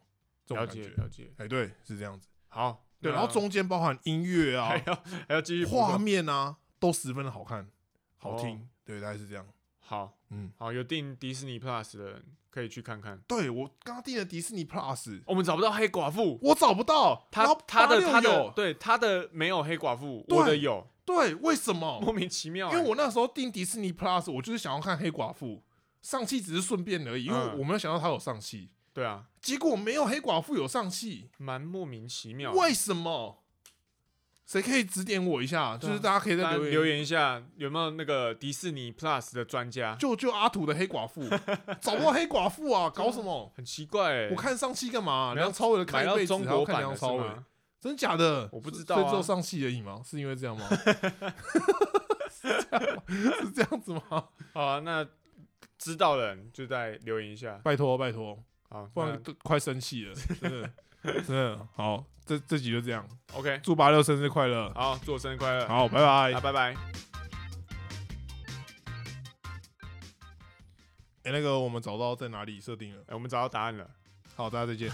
Speaker 1: 这
Speaker 2: 了
Speaker 1: 种感
Speaker 2: 解啊
Speaker 1: 觉。
Speaker 2: 了解。
Speaker 1: 哎，对，是这样子。
Speaker 2: 好，
Speaker 1: 对，
Speaker 2: 那
Speaker 1: 然后中间包含音乐啊
Speaker 2: 还、要还要继续补充
Speaker 1: 画面啊，都十分的好看、好听。
Speaker 2: 哦
Speaker 1: 对，大概是这样。
Speaker 2: 好，
Speaker 1: 嗯，
Speaker 2: 好，有订迪士尼 Plus 的人可以去看看。
Speaker 1: 对我刚刚订的迪士尼 Plus，
Speaker 2: 我们找不到黑寡妇，
Speaker 1: 我找不到，然
Speaker 2: 他
Speaker 1: 后
Speaker 2: 他的
Speaker 1: 86
Speaker 2: 他的
Speaker 1: 有
Speaker 2: 对他的没有黑寡妇，
Speaker 1: 对
Speaker 2: 我的有，
Speaker 1: 对，为什么
Speaker 2: 莫？名其妙
Speaker 1: 因
Speaker 2: 欸。
Speaker 1: 为我那时候订迪士尼 Plus，我就是想要看黑寡妇，上气只是顺便而已，因为
Speaker 2: 嗯
Speaker 1: 我没有想到他有上气，
Speaker 2: 对啊，
Speaker 1: 结果没有黑寡妇有上气，
Speaker 2: 蛮莫名其妙的。
Speaker 1: 为什么？谁可以指点我一下？
Speaker 2: 对啊
Speaker 1: 就是大家可以
Speaker 2: 大
Speaker 1: 在
Speaker 2: 家
Speaker 1: 留言
Speaker 2: 留言一下，有没有那个迪士尼 Plus 的专家？
Speaker 1: 救救阿土的黑寡妇，找不到黑寡妇啊，搞什 么？
Speaker 2: 很奇怪、欸，
Speaker 1: 我看上戏干嘛？
Speaker 2: 没有
Speaker 1: 梁朝伟的
Speaker 2: 买
Speaker 1: 看一
Speaker 2: 到
Speaker 1: 辈子，
Speaker 2: 中
Speaker 1: 还要
Speaker 2: 国
Speaker 1: 看
Speaker 2: 版
Speaker 1: 梁
Speaker 2: 的是
Speaker 1: 朝伟，
Speaker 2: 吗？
Speaker 1: 真假的？
Speaker 2: 我不
Speaker 1: 所
Speaker 2: 知
Speaker 1: 以
Speaker 2: 道
Speaker 1: 所以只有
Speaker 2: 啊
Speaker 1: 上戏而已吗？是因为这样吗？是这样吗是这样子吗？
Speaker 2: 好啊，那知道的人就再留言一下。
Speaker 1: 拜托拜托，
Speaker 2: 好，
Speaker 1: 不然都快生气 了，真的真的好，这这集就这样，
Speaker 2: 那 OK，
Speaker 1: 祝八六生日快乐，
Speaker 2: 好，祝我生日快乐，
Speaker 1: 好，拜拜
Speaker 2: 啊，。拜拜。
Speaker 1: 哎，那个我们找到在哪里设定了，
Speaker 2: 哎我们找到答案了。
Speaker 1: 好，大家再见。